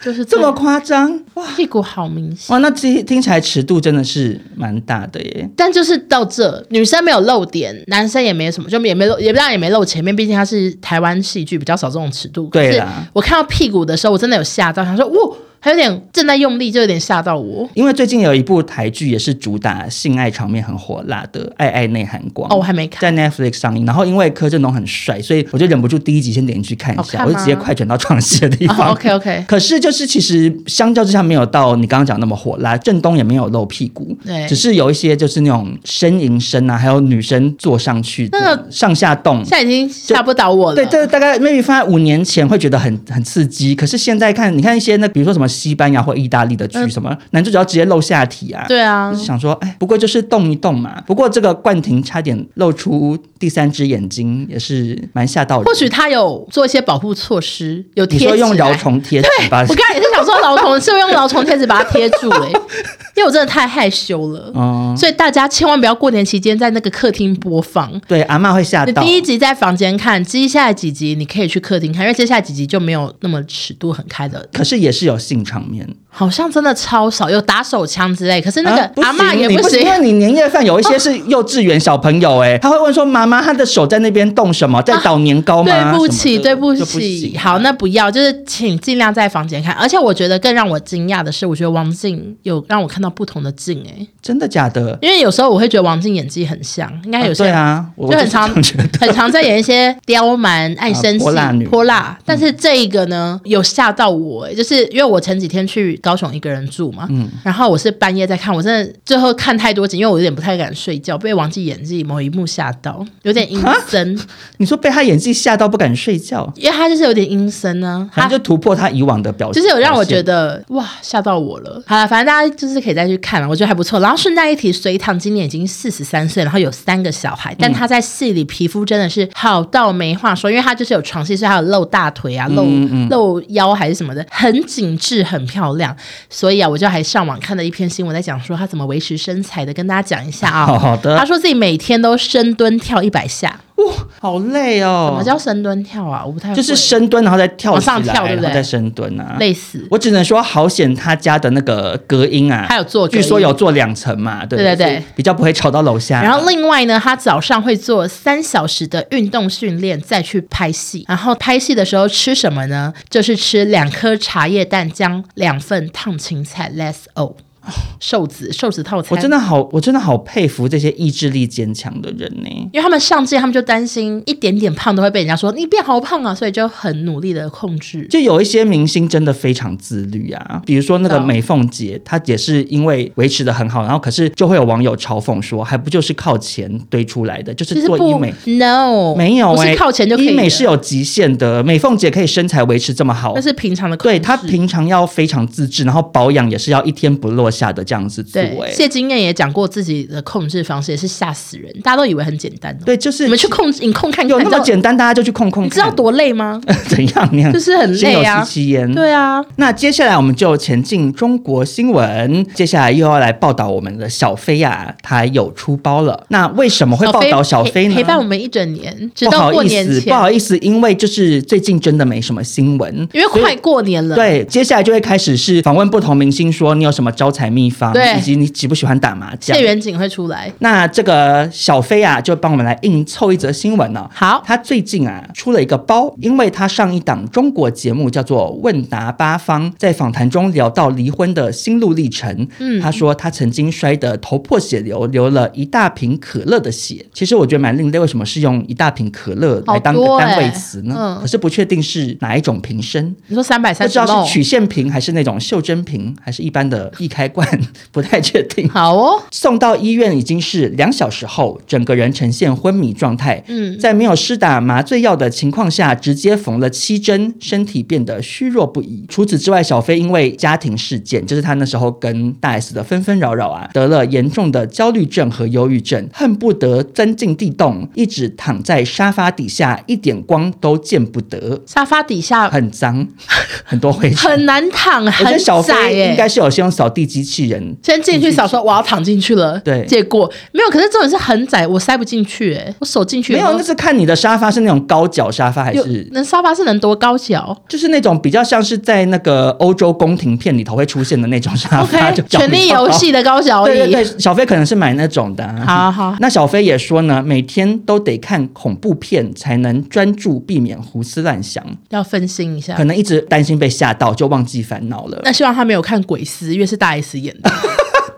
[SPEAKER 3] 就是
[SPEAKER 2] 这么夸张
[SPEAKER 3] 屁股好明显。
[SPEAKER 2] 哇？那这听起来尺度真的是蛮大的耶。
[SPEAKER 3] 但就是到这，女生没有露点，男生也没什么，就也没露，也不当然也没露前面，毕竟它是台湾戏剧比较少这种尺度。
[SPEAKER 2] 对
[SPEAKER 3] 可是
[SPEAKER 2] 啦
[SPEAKER 3] 我看到屁股的时候，我真的有吓到，想说哇，还有点正在用力，就有点吓到我。
[SPEAKER 2] 因为最近有一部台剧也是主打性爱场面很火辣的《爱爱内涵光》
[SPEAKER 3] 哦，我还没看，
[SPEAKER 2] 在 Netflix 上映，然后因为柯震东很帅，所以我就忍不住第一集先点进去看一
[SPEAKER 3] 哦好看
[SPEAKER 2] 下，
[SPEAKER 3] 吗
[SPEAKER 2] 我就直接快转到床戏的地方。
[SPEAKER 3] 哦，OK，OK
[SPEAKER 2] 可是就是其实相较之下没有到你刚刚讲那么火辣，振东也没有露屁股，
[SPEAKER 3] 对
[SPEAKER 2] 只是有一些就是那种呻吟声啊，还有女生坐上去的
[SPEAKER 3] 那个
[SPEAKER 2] 上下动。
[SPEAKER 3] 现在已经吓不倒我了。
[SPEAKER 2] 对，这大概 maybe 放在五年前会觉得很很刺激，可是现在看，你看一些那比如说什么西班牙或意大利的剧，
[SPEAKER 3] 嗯
[SPEAKER 2] 什么男主角直接露下体啊，
[SPEAKER 3] 对啊
[SPEAKER 2] 就，是想说，哎，不过就是动一动嘛。不过这个冠廷差点露出第三只眼睛，也是蛮吓到人。
[SPEAKER 3] 或许他有做一些保护措施，有
[SPEAKER 2] 你
[SPEAKER 3] 贴起
[SPEAKER 2] 说
[SPEAKER 3] 来。
[SPEAKER 2] 用饶虫贴纸吧
[SPEAKER 3] 我，刚才也是想说饶虫，是不是用饶虫贴纸把它贴住
[SPEAKER 2] [LAUGHS]
[SPEAKER 3] 哎、因为我真的太害羞了。
[SPEAKER 2] 嗯，
[SPEAKER 3] 所以大家千万不要过年期间在那个客厅播放，
[SPEAKER 2] 对，阿嬷会吓
[SPEAKER 3] 你
[SPEAKER 2] 到。
[SPEAKER 3] 第一集在房间看，接下来几集你可以去客厅看，因为接下来几集就没有那么尺度很开的，
[SPEAKER 2] 可是也是有性场面，
[SPEAKER 3] 好像真的超少，有打手枪之类，可是那
[SPEAKER 2] 啊
[SPEAKER 3] 个阿
[SPEAKER 2] 不
[SPEAKER 3] 嬷
[SPEAKER 2] 行
[SPEAKER 3] 也
[SPEAKER 2] 你不
[SPEAKER 3] 行
[SPEAKER 2] 因。为你年夜饭有一些是幼稚园小朋友、哎、他会问说：“妈妈，他的手在那边动什么？在捣年糕吗？”
[SPEAKER 3] 对不
[SPEAKER 2] 哦什
[SPEAKER 3] 起，
[SPEAKER 2] 么的
[SPEAKER 3] 对不
[SPEAKER 2] 就不
[SPEAKER 3] 起，
[SPEAKER 2] 行啊
[SPEAKER 3] 好，那不要，就是请尽量在房间看。而且我觉得更让我惊讶的是，我觉得王静有让我看到不同的静哎、
[SPEAKER 2] 真的假的？
[SPEAKER 3] 因为有时候我会觉得王静演技很像，应哎该有
[SPEAKER 2] 啊
[SPEAKER 3] 些
[SPEAKER 2] 对啊，我
[SPEAKER 3] 就很
[SPEAKER 2] 常
[SPEAKER 3] 常很常在演一些
[SPEAKER 2] [LAUGHS]
[SPEAKER 3] 刁蛮、爱生气、
[SPEAKER 2] 啊泼辣女嗯
[SPEAKER 3] 泼辣但是这一个呢，有吓到我、欸就是因为我前几天去高雄一个人住嘛，
[SPEAKER 2] 嗯
[SPEAKER 3] 然后我是半夜在看，我真的最后看太多集，因为我有点不太敢睡觉，被王继演技某一幕吓到，有点阴森，
[SPEAKER 2] 你说被他演技吓到不敢睡觉，
[SPEAKER 3] 因为他就是有点阴森呢、
[SPEAKER 2] 反
[SPEAKER 3] 他
[SPEAKER 2] 正就突破他以往的表现，
[SPEAKER 3] 就是有让我
[SPEAKER 2] 得。
[SPEAKER 3] 觉得哇吓到我了。好了，反正大家就是可以再去看了，我觉得还不错。然后顺带一提，隋唐今年已经四十三岁，然后有三个小孩，
[SPEAKER 2] 嗯
[SPEAKER 3] 但他在戏里皮肤真的是好到没话说，因为他就是有床戏，所以还有露大腿啊、露
[SPEAKER 2] 嗯
[SPEAKER 3] 露腰还是什么的，很紧致、很漂亮。所以啊，我就还上网看了一篇新闻，在讲说他怎么维持身材的，跟大家讲一下啊。
[SPEAKER 2] 好的
[SPEAKER 3] 他说自己每天都深蹲跳一百下，
[SPEAKER 2] 哇、好累
[SPEAKER 3] 什
[SPEAKER 2] 哦
[SPEAKER 3] 么！叫深蹲跳啊？我不太
[SPEAKER 2] 就是
[SPEAKER 3] 会
[SPEAKER 2] 深蹲，然后再跳
[SPEAKER 3] 往
[SPEAKER 2] 起来，
[SPEAKER 3] 上跳对不对
[SPEAKER 2] 然后再深蹲啊。
[SPEAKER 3] 累死。
[SPEAKER 2] 我只能说，好险他家的那个隔音啊，
[SPEAKER 3] 还有做隔音
[SPEAKER 2] 据说有做两层嘛，对不
[SPEAKER 3] 对对对
[SPEAKER 2] 所以比较不会吵到楼下。
[SPEAKER 3] 然后另外呢，他早上会做三小时的运动训练，再去拍戏。然后拍戏的时候吃什么呢？就是吃两颗茶叶蛋浆，两份烫青菜 （less o） 瘦子瘦子套餐。
[SPEAKER 2] 我真的好，我真的好佩服这些意志力坚强的人呢、
[SPEAKER 3] 因为他们上镜，他们就担心一点点胖都会被人家说你变好胖啊，所以就很努力的控制。
[SPEAKER 2] 就有一些明星真的非常自律啊，比如说那个
[SPEAKER 3] 懂
[SPEAKER 2] 美凤姐，她也是因为维持的很好，然后可是就会有网友嘲讽说，还不就是靠钱堆出来的，就是
[SPEAKER 3] 就是
[SPEAKER 2] 做医
[SPEAKER 3] 不
[SPEAKER 2] 美。
[SPEAKER 3] ，no，
[SPEAKER 2] 没有、
[SPEAKER 3] 不
[SPEAKER 2] 欸，
[SPEAKER 3] 是靠钱就可以
[SPEAKER 2] 医
[SPEAKER 3] 了。
[SPEAKER 2] 美是有极限的。美凤姐可以身材维持这么好
[SPEAKER 3] 那，是平常的控制。
[SPEAKER 2] 对她平常要非常自制，然后保养也是要一天不落下的这样子做、
[SPEAKER 3] 对
[SPEAKER 2] 欸。
[SPEAKER 3] 谢金燕也讲过自己的控制方式，也是吓死人，大家都以为很简单、哦。
[SPEAKER 2] 对，就是
[SPEAKER 3] 你们去控制，你控看看，
[SPEAKER 2] 有
[SPEAKER 3] 你
[SPEAKER 2] 那
[SPEAKER 3] 知道
[SPEAKER 2] 么简单，大家就去控控
[SPEAKER 3] 你知道
[SPEAKER 2] 看。
[SPEAKER 3] 多累吗？
[SPEAKER 2] [LAUGHS] 怎样？那样
[SPEAKER 3] 就是很累
[SPEAKER 2] 心
[SPEAKER 3] 啊
[SPEAKER 2] 有戚戚焉。
[SPEAKER 3] 对啊，
[SPEAKER 2] 那接下来我们就前进中国新闻，接下来又要来报道我们的小飞呀、她有出包了。那为什么会报道小飞呢？
[SPEAKER 3] 陪陪伴我们一整年，直
[SPEAKER 2] 不
[SPEAKER 3] 到
[SPEAKER 2] 好
[SPEAKER 3] 过
[SPEAKER 2] 意
[SPEAKER 3] 年
[SPEAKER 2] 思，不
[SPEAKER 3] 前，
[SPEAKER 2] 好意思，因为就是最近真的没什么新闻，
[SPEAKER 3] 因为快过年了，
[SPEAKER 2] 对，接下来就会开始是访问不同明星，说你有什么招财秘方，
[SPEAKER 3] 对
[SPEAKER 2] 以及你喜不喜欢打麻将
[SPEAKER 3] 谢。远景会出来。
[SPEAKER 2] 那这个小飞啊，就帮我们来硬凑一则新闻哦呢、
[SPEAKER 3] 好
[SPEAKER 2] 他最近啊出了一个包，因为他上一档中国节目叫做《问答八方》，在访谈中聊到离婚的心路历程。嗯，他说他曾经摔得头破血流，流了一大瓶可乐的血。其实我觉得蛮另类，为什么是用一大瓶可乐来当
[SPEAKER 3] 好
[SPEAKER 2] 个
[SPEAKER 3] 多欸
[SPEAKER 2] 单位词呢？
[SPEAKER 3] 嗯
[SPEAKER 2] 可是不确定是哪一种瓶身。
[SPEAKER 3] 你说三百三
[SPEAKER 2] 不知
[SPEAKER 3] 十
[SPEAKER 2] 道是
[SPEAKER 3] 梦，
[SPEAKER 2] 曲线瓶还是那种袖珍瓶，还是一般的易开罐， [LAUGHS] 不太确定。
[SPEAKER 3] 好哦，
[SPEAKER 2] 送到医院已经是两小时后，整个人呈现昏迷状态。嗯，在没有施打麻醉药的情况下，直接缝了七针，身体变得虚弱不已。除此之外，小飞因为家庭事件，就是他那时候跟大 S 的纷纷扰扰啊，得了严重的焦虑症和忧郁症，恨不得钻进地洞，一直躺在沙发底下，一点光都见不得。
[SPEAKER 3] 沙发底下
[SPEAKER 2] 很脏，很多灰尘。
[SPEAKER 3] [LAUGHS] 很难躺，
[SPEAKER 2] 我觉得
[SPEAKER 3] 很
[SPEAKER 2] 小
[SPEAKER 3] 窄
[SPEAKER 2] 飞应
[SPEAKER 3] 耶。
[SPEAKER 2] 该是有先用扫地机器人
[SPEAKER 3] 先进去想说我要躺进去了，
[SPEAKER 2] 对
[SPEAKER 3] 结果没有。可是重点是很窄，我塞不进去，哎，我手进去
[SPEAKER 2] 没有，
[SPEAKER 3] 有
[SPEAKER 2] 那是看你的沙发是那种高脚沙发还
[SPEAKER 3] 有
[SPEAKER 2] 是
[SPEAKER 3] 那沙发是能多高脚
[SPEAKER 2] 就是那种比较像是在那个欧洲宫廷片里头会出现的那种沙发
[SPEAKER 3] ？OK，
[SPEAKER 2] 就脚比较
[SPEAKER 3] 权力游戏的高脚
[SPEAKER 2] 高。对对
[SPEAKER 3] 椅，
[SPEAKER 2] 对，小飞可能是买那种的、啊。
[SPEAKER 3] 好好
[SPEAKER 2] 那小飞也说呢，每天都得看恐怖片才能专注，避免胡思乱想，
[SPEAKER 3] 要分心一下
[SPEAKER 2] 可。能一直担心被吓到，就忘记烦恼了。
[SPEAKER 3] 那希望他没有看《鬼丝》，因为是大 S 演的。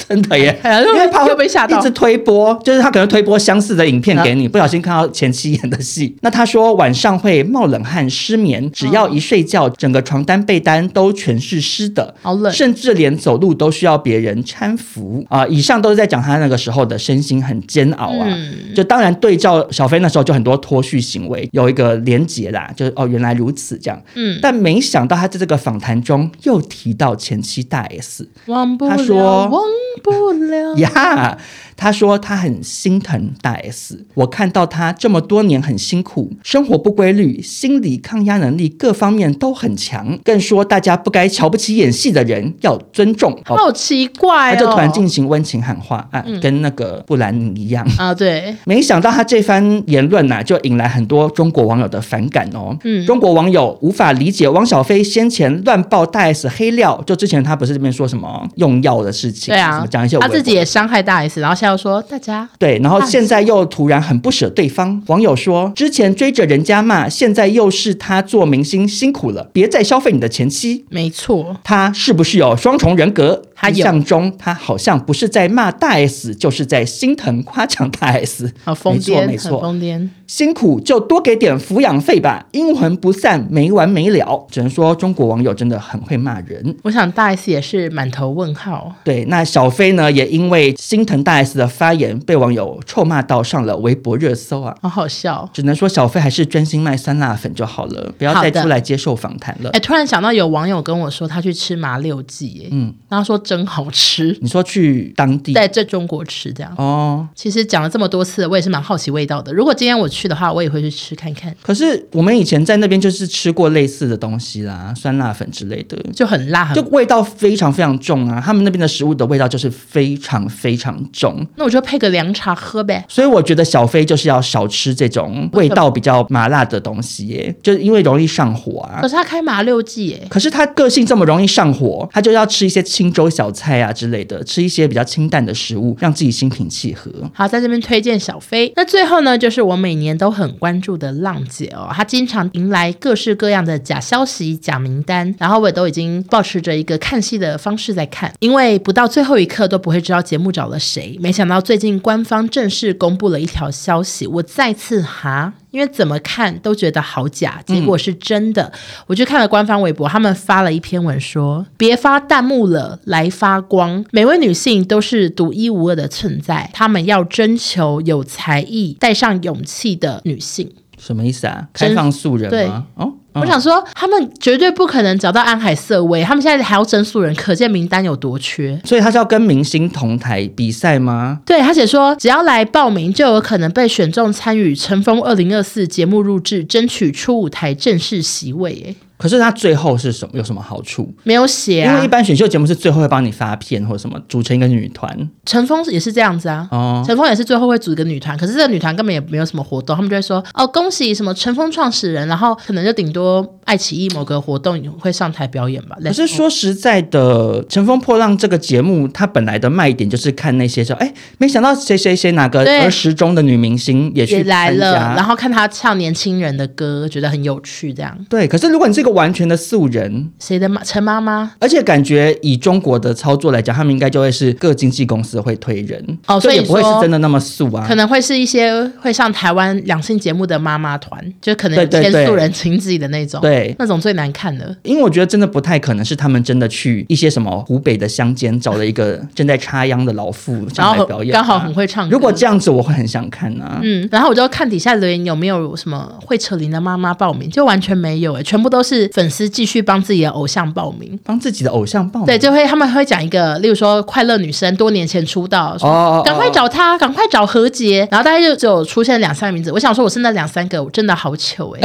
[SPEAKER 2] 真的耶，
[SPEAKER 3] 哎呀
[SPEAKER 2] 因为怕会
[SPEAKER 3] 又被吓到啊
[SPEAKER 2] 一直推播，就是他可能推播相似的影片给你，不小心看到前妻演的戏。那他说晚上会冒冷汗、失眠，只要一睡觉，整个床单、被单都全是湿的，
[SPEAKER 3] 好冷
[SPEAKER 2] 甚至连走路都需要别人搀扶啊、以上都是在讲他那个时候的身心很煎熬啊。
[SPEAKER 3] 嗯
[SPEAKER 2] 就当然对照小飞那时候就很多脱序行为有一个连结啦，就是哦原来如此这样。嗯，但没想到他在这个访谈中又提到前妻大 S。
[SPEAKER 3] 忘不
[SPEAKER 2] 他
[SPEAKER 3] 了，
[SPEAKER 2] 说
[SPEAKER 3] 忘不了。
[SPEAKER 2] 呀他说他很心疼大 S，我看到他这么多年很辛苦，生活不规律，心理抗压能力各方面都很强，更说大家不该瞧不起演戏的人，要尊重。哦
[SPEAKER 3] 好奇怪
[SPEAKER 2] 他
[SPEAKER 3] 哦，
[SPEAKER 2] 就突然进行温情喊话啊，跟那个布兰妮一样。
[SPEAKER 3] 啊，对，
[SPEAKER 2] 没想到他这番言论呐、就引来很多中国网友的反感哦。嗯，中国网友无法理解汪小菲先前乱爆大 S 黑料，就之前他不是这边说什么用药的事情，
[SPEAKER 3] 对
[SPEAKER 2] 什
[SPEAKER 3] 啊
[SPEAKER 2] 么讲一些，
[SPEAKER 3] 他
[SPEAKER 2] 微博
[SPEAKER 3] 自己也伤害大 S，然后现在又说大家
[SPEAKER 2] 对，然后现在又突然很不舍对方。网友说，之前追着人家骂，现在又是他做明星辛苦了，别再消费你的前妻。
[SPEAKER 3] 没错，
[SPEAKER 2] 他是不是有双重人格？
[SPEAKER 3] 他
[SPEAKER 2] 印
[SPEAKER 3] 有
[SPEAKER 2] 象中他好像不是在骂大 S，就是在心疼夸奖大 S。
[SPEAKER 3] 好疯
[SPEAKER 2] 没错
[SPEAKER 3] 癫，
[SPEAKER 2] 没
[SPEAKER 3] 很
[SPEAKER 2] 错，
[SPEAKER 3] 疯癫。
[SPEAKER 2] 辛苦就多给点抚养费吧，阴魂不散没完没了。只能说中国网友真的很会骂人。
[SPEAKER 3] 我想大 S 也是满头问号，
[SPEAKER 2] 对，那小飞呢，也因为心疼大 S 的发言，被网友臭骂到上了微博热搜啊。
[SPEAKER 3] 好好笑。
[SPEAKER 2] 只能说小飞还是专心卖酸辣粉就好了，不要再
[SPEAKER 3] 好的
[SPEAKER 2] 出来接受访谈了
[SPEAKER 3] 哎、。突然想到有网友跟我说他去吃麻六记、哎，嗯，然后说真好吃，
[SPEAKER 2] 你说去当地
[SPEAKER 3] 在这中国吃这样。
[SPEAKER 2] 哦，
[SPEAKER 3] 其实讲了这么多次，我也是蛮好奇味道的。如果今天我去的话，我也会去吃看看，
[SPEAKER 2] 可是我们以前在那边就是吃过类似的东西啦，酸辣粉之类的，
[SPEAKER 3] 就很辣很。
[SPEAKER 2] 就味道非常非常重啊。他们那边的食物的味道就是非常非常重，
[SPEAKER 3] 那我就配个凉茶喝呗。
[SPEAKER 2] 所以我觉得小飞就是要少吃这种味道比较麻辣的东西耶，就是因为容易上火啊
[SPEAKER 3] 可。是他开麻六记、哎，
[SPEAKER 2] 可是他个性这么容易上火，他就要吃一些清粥小菜啊之类的，吃一些比较清淡的食物，让自己心平气和。
[SPEAKER 3] 好，在这边推荐小飞。那最后呢，就是我每年都很关注的浪姐哦，她经常迎来各式各样的假消息、假名单，然后我也都已经保持着一个看戏的方式在看，因为不到最后一刻都不会知道节目找了谁。没想到最近官方正式公布了一条消息，我再次哈。因为怎么看都觉得好假，结果是真的。我去看了官方微博，他们发了一篇文说：“别发弹幕了，来发光。每位女性都是独一无二的存在，她们要征求有才艺、带上勇气的女性。”
[SPEAKER 2] 什么意思啊？
[SPEAKER 3] 真
[SPEAKER 2] 开放素人吗？哦，
[SPEAKER 3] 我想说，他们绝对不可能找到安海瑟薇，他们现在还要征素人，可见名单有多缺。
[SPEAKER 2] 所以他是要跟明星同台比赛吗？
[SPEAKER 3] 对他写说，只要来报名，就有可能被选中参与《乘风二零二四》节目录制，争取初舞台正式席位。诶，
[SPEAKER 2] 可是他最后是什么？有什么好处？
[SPEAKER 3] 没有写啊，
[SPEAKER 2] 因为一般选秀节目是最后会帮你发片或者什么，组成一个女团
[SPEAKER 3] 陈峰也是这样子啊，
[SPEAKER 2] 哦。
[SPEAKER 3] 陈峰也是最后会组一个女团，可是这个女团根本也没有什么活动，他们就会说哦恭喜什么陈峰创始人，然后可能就顶多爱奇艺某个活动会上台表演吧。
[SPEAKER 2] 可是
[SPEAKER 3] Let's go
[SPEAKER 2] 说实在的，《乘风破浪》这个节目，它本来的卖点就是看那些说，哎，没想到谁谁谁哪个
[SPEAKER 3] 对
[SPEAKER 2] 儿时中的女明星也去
[SPEAKER 3] 也来
[SPEAKER 2] 参加
[SPEAKER 3] 了，然后看她唱年轻人的歌，觉得很有趣，这样
[SPEAKER 2] 对，可是如果你是一个完全的素人，
[SPEAKER 3] 谁的妈？陈妈妈
[SPEAKER 2] 而且感觉以中国的操作来讲，他们应该就会是各经纪公司会推人，
[SPEAKER 3] 哦
[SPEAKER 2] 就
[SPEAKER 3] 所以
[SPEAKER 2] 也不会是
[SPEAKER 3] 说
[SPEAKER 2] 真的那么素啊
[SPEAKER 3] 可。能会是一些会上台湾两性节目的妈妈团，就可能
[SPEAKER 2] 对
[SPEAKER 3] 有
[SPEAKER 2] 对
[SPEAKER 3] 牵
[SPEAKER 2] 对
[SPEAKER 3] 素人情自己的那种，
[SPEAKER 2] 对
[SPEAKER 3] 那种最难看的。
[SPEAKER 2] 因为我觉得真的不太可能是他们真的去一些什么湖北的乡间找了一个正在插秧的老妇
[SPEAKER 3] 然
[SPEAKER 2] 上来
[SPEAKER 3] 后
[SPEAKER 2] 表演啊、
[SPEAKER 3] 刚好很会唱歌，
[SPEAKER 2] 如果这样子，我会很想看啊。
[SPEAKER 3] 嗯，然后我就看底下留言有没有什么会扯铃的妈妈报名，就完全没有哎、全部都是粉丝继续帮自己的偶像报名。
[SPEAKER 2] 帮自己的偶像报名，
[SPEAKER 3] 对，就会他们会讲一个，例如说快乐女生多年前出道，说
[SPEAKER 2] 哦哦
[SPEAKER 3] 赶快找她，赶快找何洁，然后大概就只有出现两三个名字。我想说，我是那两三个，我真的好糗
[SPEAKER 2] [LAUGHS]
[SPEAKER 3] 哎、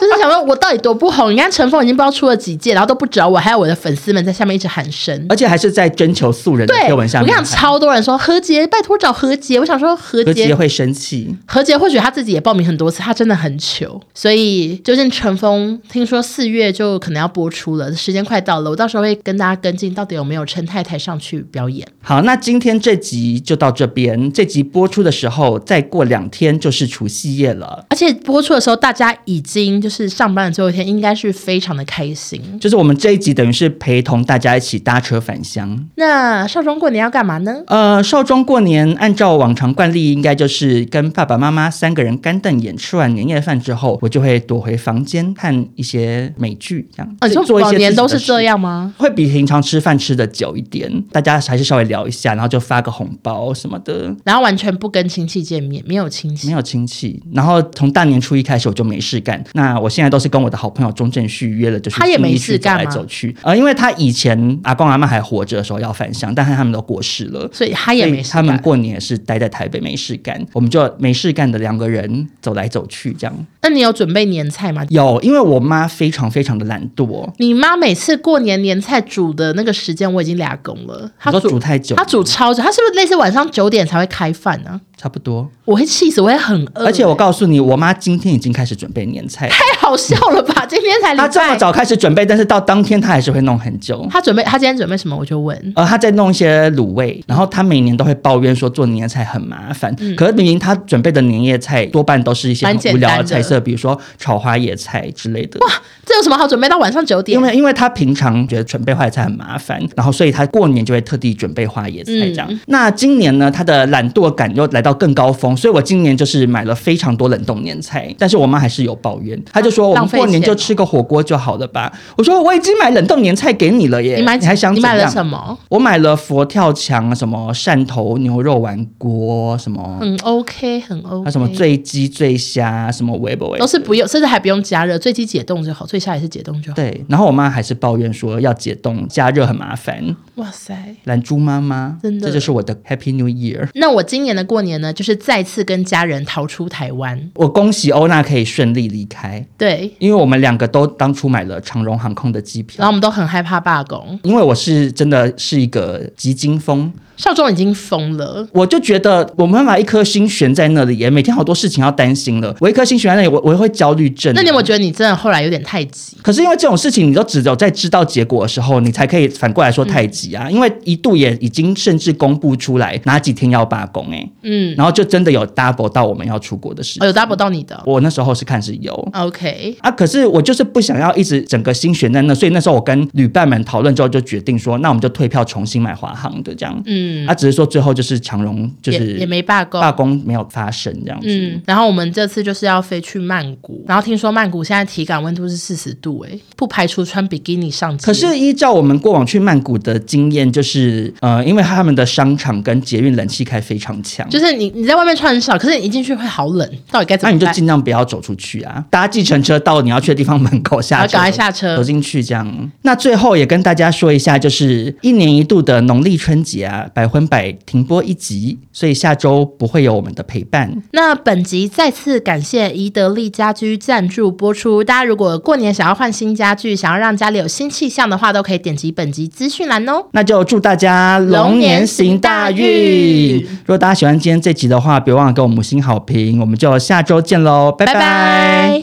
[SPEAKER 3] 就是想说，我到底多不红？你看陈峰已经不知道出了几届，然后都不找我，还有我的粉丝们在下面一直喊声。
[SPEAKER 2] 而且还是在征求素人的
[SPEAKER 3] 对，
[SPEAKER 2] 贴
[SPEAKER 3] 我
[SPEAKER 2] 文
[SPEAKER 3] 跟
[SPEAKER 2] 下
[SPEAKER 3] 你
[SPEAKER 2] 面
[SPEAKER 3] 讲，
[SPEAKER 2] 看，
[SPEAKER 3] 超多人说何洁，拜托找何洁。我想说何
[SPEAKER 2] 何
[SPEAKER 3] 洁
[SPEAKER 2] 洁会生气。
[SPEAKER 3] 何洁或许她自己也报名很多次，她真的很糗，所以究竟《乘风》听说四月就可能要播出了，时间快到了，我到时候会跟大家跟进，到底有没有陈太太上去表演？
[SPEAKER 2] 好，那今天这集就到这边。这集播出的时候，再过两天就是除夕夜了。
[SPEAKER 3] 而且播出的时候，大家已经就是上班的最后一天，应该是非常的开心。
[SPEAKER 2] 就是我们这一集等于是陪同大家一起搭车返乡。
[SPEAKER 3] 那少中过年要干嘛呢？
[SPEAKER 2] 呃，少中过年按照往常惯例，应该就是跟爸爸妈妈三个人干瞪眼，吃完年夜饭之后，我就会躲回房间看一些美剧，这样。
[SPEAKER 3] 啊，你
[SPEAKER 2] 就
[SPEAKER 3] 说
[SPEAKER 2] 做一些
[SPEAKER 3] 往年
[SPEAKER 2] 自己的
[SPEAKER 3] 都是这
[SPEAKER 2] 事
[SPEAKER 3] 样吗？
[SPEAKER 2] 会比平常吃饭吃的久一点，大家还是稍微聊一下，然后就发个红包什么的。
[SPEAKER 3] 然后完全不跟亲戚见面，没有亲
[SPEAKER 2] 没
[SPEAKER 3] 戚。
[SPEAKER 2] 有亲戚，然后从大年初一开始我就没事干。那我现在都是跟我的好朋友钟正旭约了，就是
[SPEAKER 3] 他也没
[SPEAKER 2] 信义区
[SPEAKER 3] 事
[SPEAKER 2] 走
[SPEAKER 3] 干
[SPEAKER 2] 来
[SPEAKER 3] 吗
[SPEAKER 2] 走去。呃，因为他以前阿公阿妈还活着的时候要返乡，但是他们都过世了，
[SPEAKER 3] 所以他也
[SPEAKER 2] 所
[SPEAKER 3] 没事
[SPEAKER 2] 以他
[SPEAKER 3] 干
[SPEAKER 2] 们过年也是待在台北没事干，我们就没事干的两个人走来走去这样。
[SPEAKER 3] 那你有准备年菜吗？
[SPEAKER 2] 有，因为我妈非常非常的懒惰，
[SPEAKER 3] 你妈每次过年年菜煮的那个时间，我已经俩工了。她
[SPEAKER 2] 她说煮太久，
[SPEAKER 3] 他煮超久，他是不是类似晚上九点才会开饭呢、
[SPEAKER 2] 差不多。
[SPEAKER 3] 我会气死，我会很饿、
[SPEAKER 2] 而且我告诉你，我妈今天已经开始准备年菜了。
[SPEAKER 3] 太好笑了吧！今天才礼
[SPEAKER 2] 她
[SPEAKER 3] 拜，
[SPEAKER 2] 这么早开始准备，但是到当天她还是会弄很久。
[SPEAKER 3] 他准备他今天准备什么？我就问。
[SPEAKER 2] 呃，他在弄一些卤味，然后他每年都会抱怨说做年夜菜很麻烦。可是明明他准备的年夜菜多半都是一些很
[SPEAKER 3] 嗯蛮简
[SPEAKER 2] 无聊
[SPEAKER 3] 单
[SPEAKER 2] 的
[SPEAKER 3] 的
[SPEAKER 2] 菜色，比如说炒花野菜之类的。
[SPEAKER 3] 这有什么好准备到晚上九点
[SPEAKER 2] 因？为因为他平常觉得准备花野菜很麻烦，然后所以他过年就会特地准备花野菜这
[SPEAKER 3] 嗯
[SPEAKER 2] 样。那今年呢，他的懒惰感又来到更高峰，所以我今年就是买了非常多冷冻年菜，但是我妈还是有抱怨，她就说我
[SPEAKER 3] 浪
[SPEAKER 2] 们
[SPEAKER 3] 费
[SPEAKER 2] 过年
[SPEAKER 3] 钱
[SPEAKER 2] 就
[SPEAKER 3] 哦
[SPEAKER 2] 吃个火锅就好了吧。我说我已经买冷冻年菜给你了耶，
[SPEAKER 3] 你买
[SPEAKER 2] 还想
[SPEAKER 3] 你买
[SPEAKER 2] 怎
[SPEAKER 3] 了
[SPEAKER 2] 样
[SPEAKER 3] 什么？
[SPEAKER 2] 我买了佛跳墙，什么汕头牛肉丸锅，什么
[SPEAKER 3] 很嗯 OK，很
[SPEAKER 2] 还
[SPEAKER 3] OK。
[SPEAKER 2] 有什么醉鸡、醉虾，什么微博微
[SPEAKER 3] 都是不用，甚至还不用加热，最低解冻就好，最下也是解冻就好。
[SPEAKER 2] 对。然后我妈还是抱怨说要解冻加热很麻烦，
[SPEAKER 3] 哇塞！
[SPEAKER 2] 懒猪妈妈，
[SPEAKER 3] 真的
[SPEAKER 2] 这就是我的 Happy New Year。
[SPEAKER 3] 那我今年的过年呢，就是再次跟家人逃出台湾。
[SPEAKER 2] 我恭喜欧娜可以顺利离开，
[SPEAKER 3] 对，
[SPEAKER 2] 因为我们两个都当初买了长荣航空的机
[SPEAKER 3] 然后
[SPEAKER 2] 票
[SPEAKER 3] 我。们都很害怕罢工，
[SPEAKER 2] 因为我是真的是一个急惊风，
[SPEAKER 3] 少中已经疯了。
[SPEAKER 2] 我就觉得我没办法一颗心悬在那里耶，每天好多事情要担心了。我一颗心悬在那里，我我会焦虑症啊、
[SPEAKER 3] 那你有没有觉得你真的后来有点太急？
[SPEAKER 2] 可是因为这种事情，你都只有在知道结果的时候，你才可以反过来说太急
[SPEAKER 3] 嗯
[SPEAKER 2] 啊。因为一度也已经甚至公布出来哪几天要罢工、欸，
[SPEAKER 3] 嗯，
[SPEAKER 2] 然后就真的有 double 到我们要出国的时间。
[SPEAKER 3] 哦，有 double 到你的哦。
[SPEAKER 2] 我那时候是看是有。
[SPEAKER 3] OK，
[SPEAKER 2] 啊！可是我就是不想要一直整个心悬在那，所以那时候我跟旅伴们讨论之后，就决定说，那我们就退票重新买华航的这样。
[SPEAKER 3] 嗯，
[SPEAKER 2] 啊，只是说最后就是长荣就是
[SPEAKER 3] 也也没罢工。
[SPEAKER 2] 罢工没有发生这样子。
[SPEAKER 3] 嗯，然后我们这次就是要飞去曼谷，然后听说曼谷现在体感温度是四十度、欸，不排除穿比基尼上街。
[SPEAKER 2] 可是依照我们过往去曼谷的经验，就是呃，因为他们的商场跟捷运冷气开非常强，
[SPEAKER 3] 就是你你在外面穿很少，可是你一进去会好冷，到底该怎
[SPEAKER 2] 那
[SPEAKER 3] 么
[SPEAKER 2] 你就
[SPEAKER 3] 办？
[SPEAKER 2] 尽量不要走出去啊！搭计程车到你要去的地方门口下
[SPEAKER 3] 然后
[SPEAKER 2] 车，
[SPEAKER 3] 赶快下
[SPEAKER 2] 走
[SPEAKER 3] 车。
[SPEAKER 2] 进去这样。那最后也跟大家说一下，就是一年一度的农历春节啊，百分百停播一集，所以下周不会有我们的陪伴。
[SPEAKER 3] 那本集再次感谢宜得利家居赞助播出。大家如果过年想要换新家具，想要让家里有新气象的话，都可以点击本集资讯栏哦。
[SPEAKER 2] 那就祝大家龙年行大运！
[SPEAKER 3] 龙年行大运
[SPEAKER 2] 如果大家喜欢今天这集的话，别忘了给我们五星好评，我们就下周见喽，拜
[SPEAKER 3] 拜拜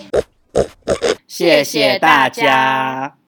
[SPEAKER 1] 谢谢大家。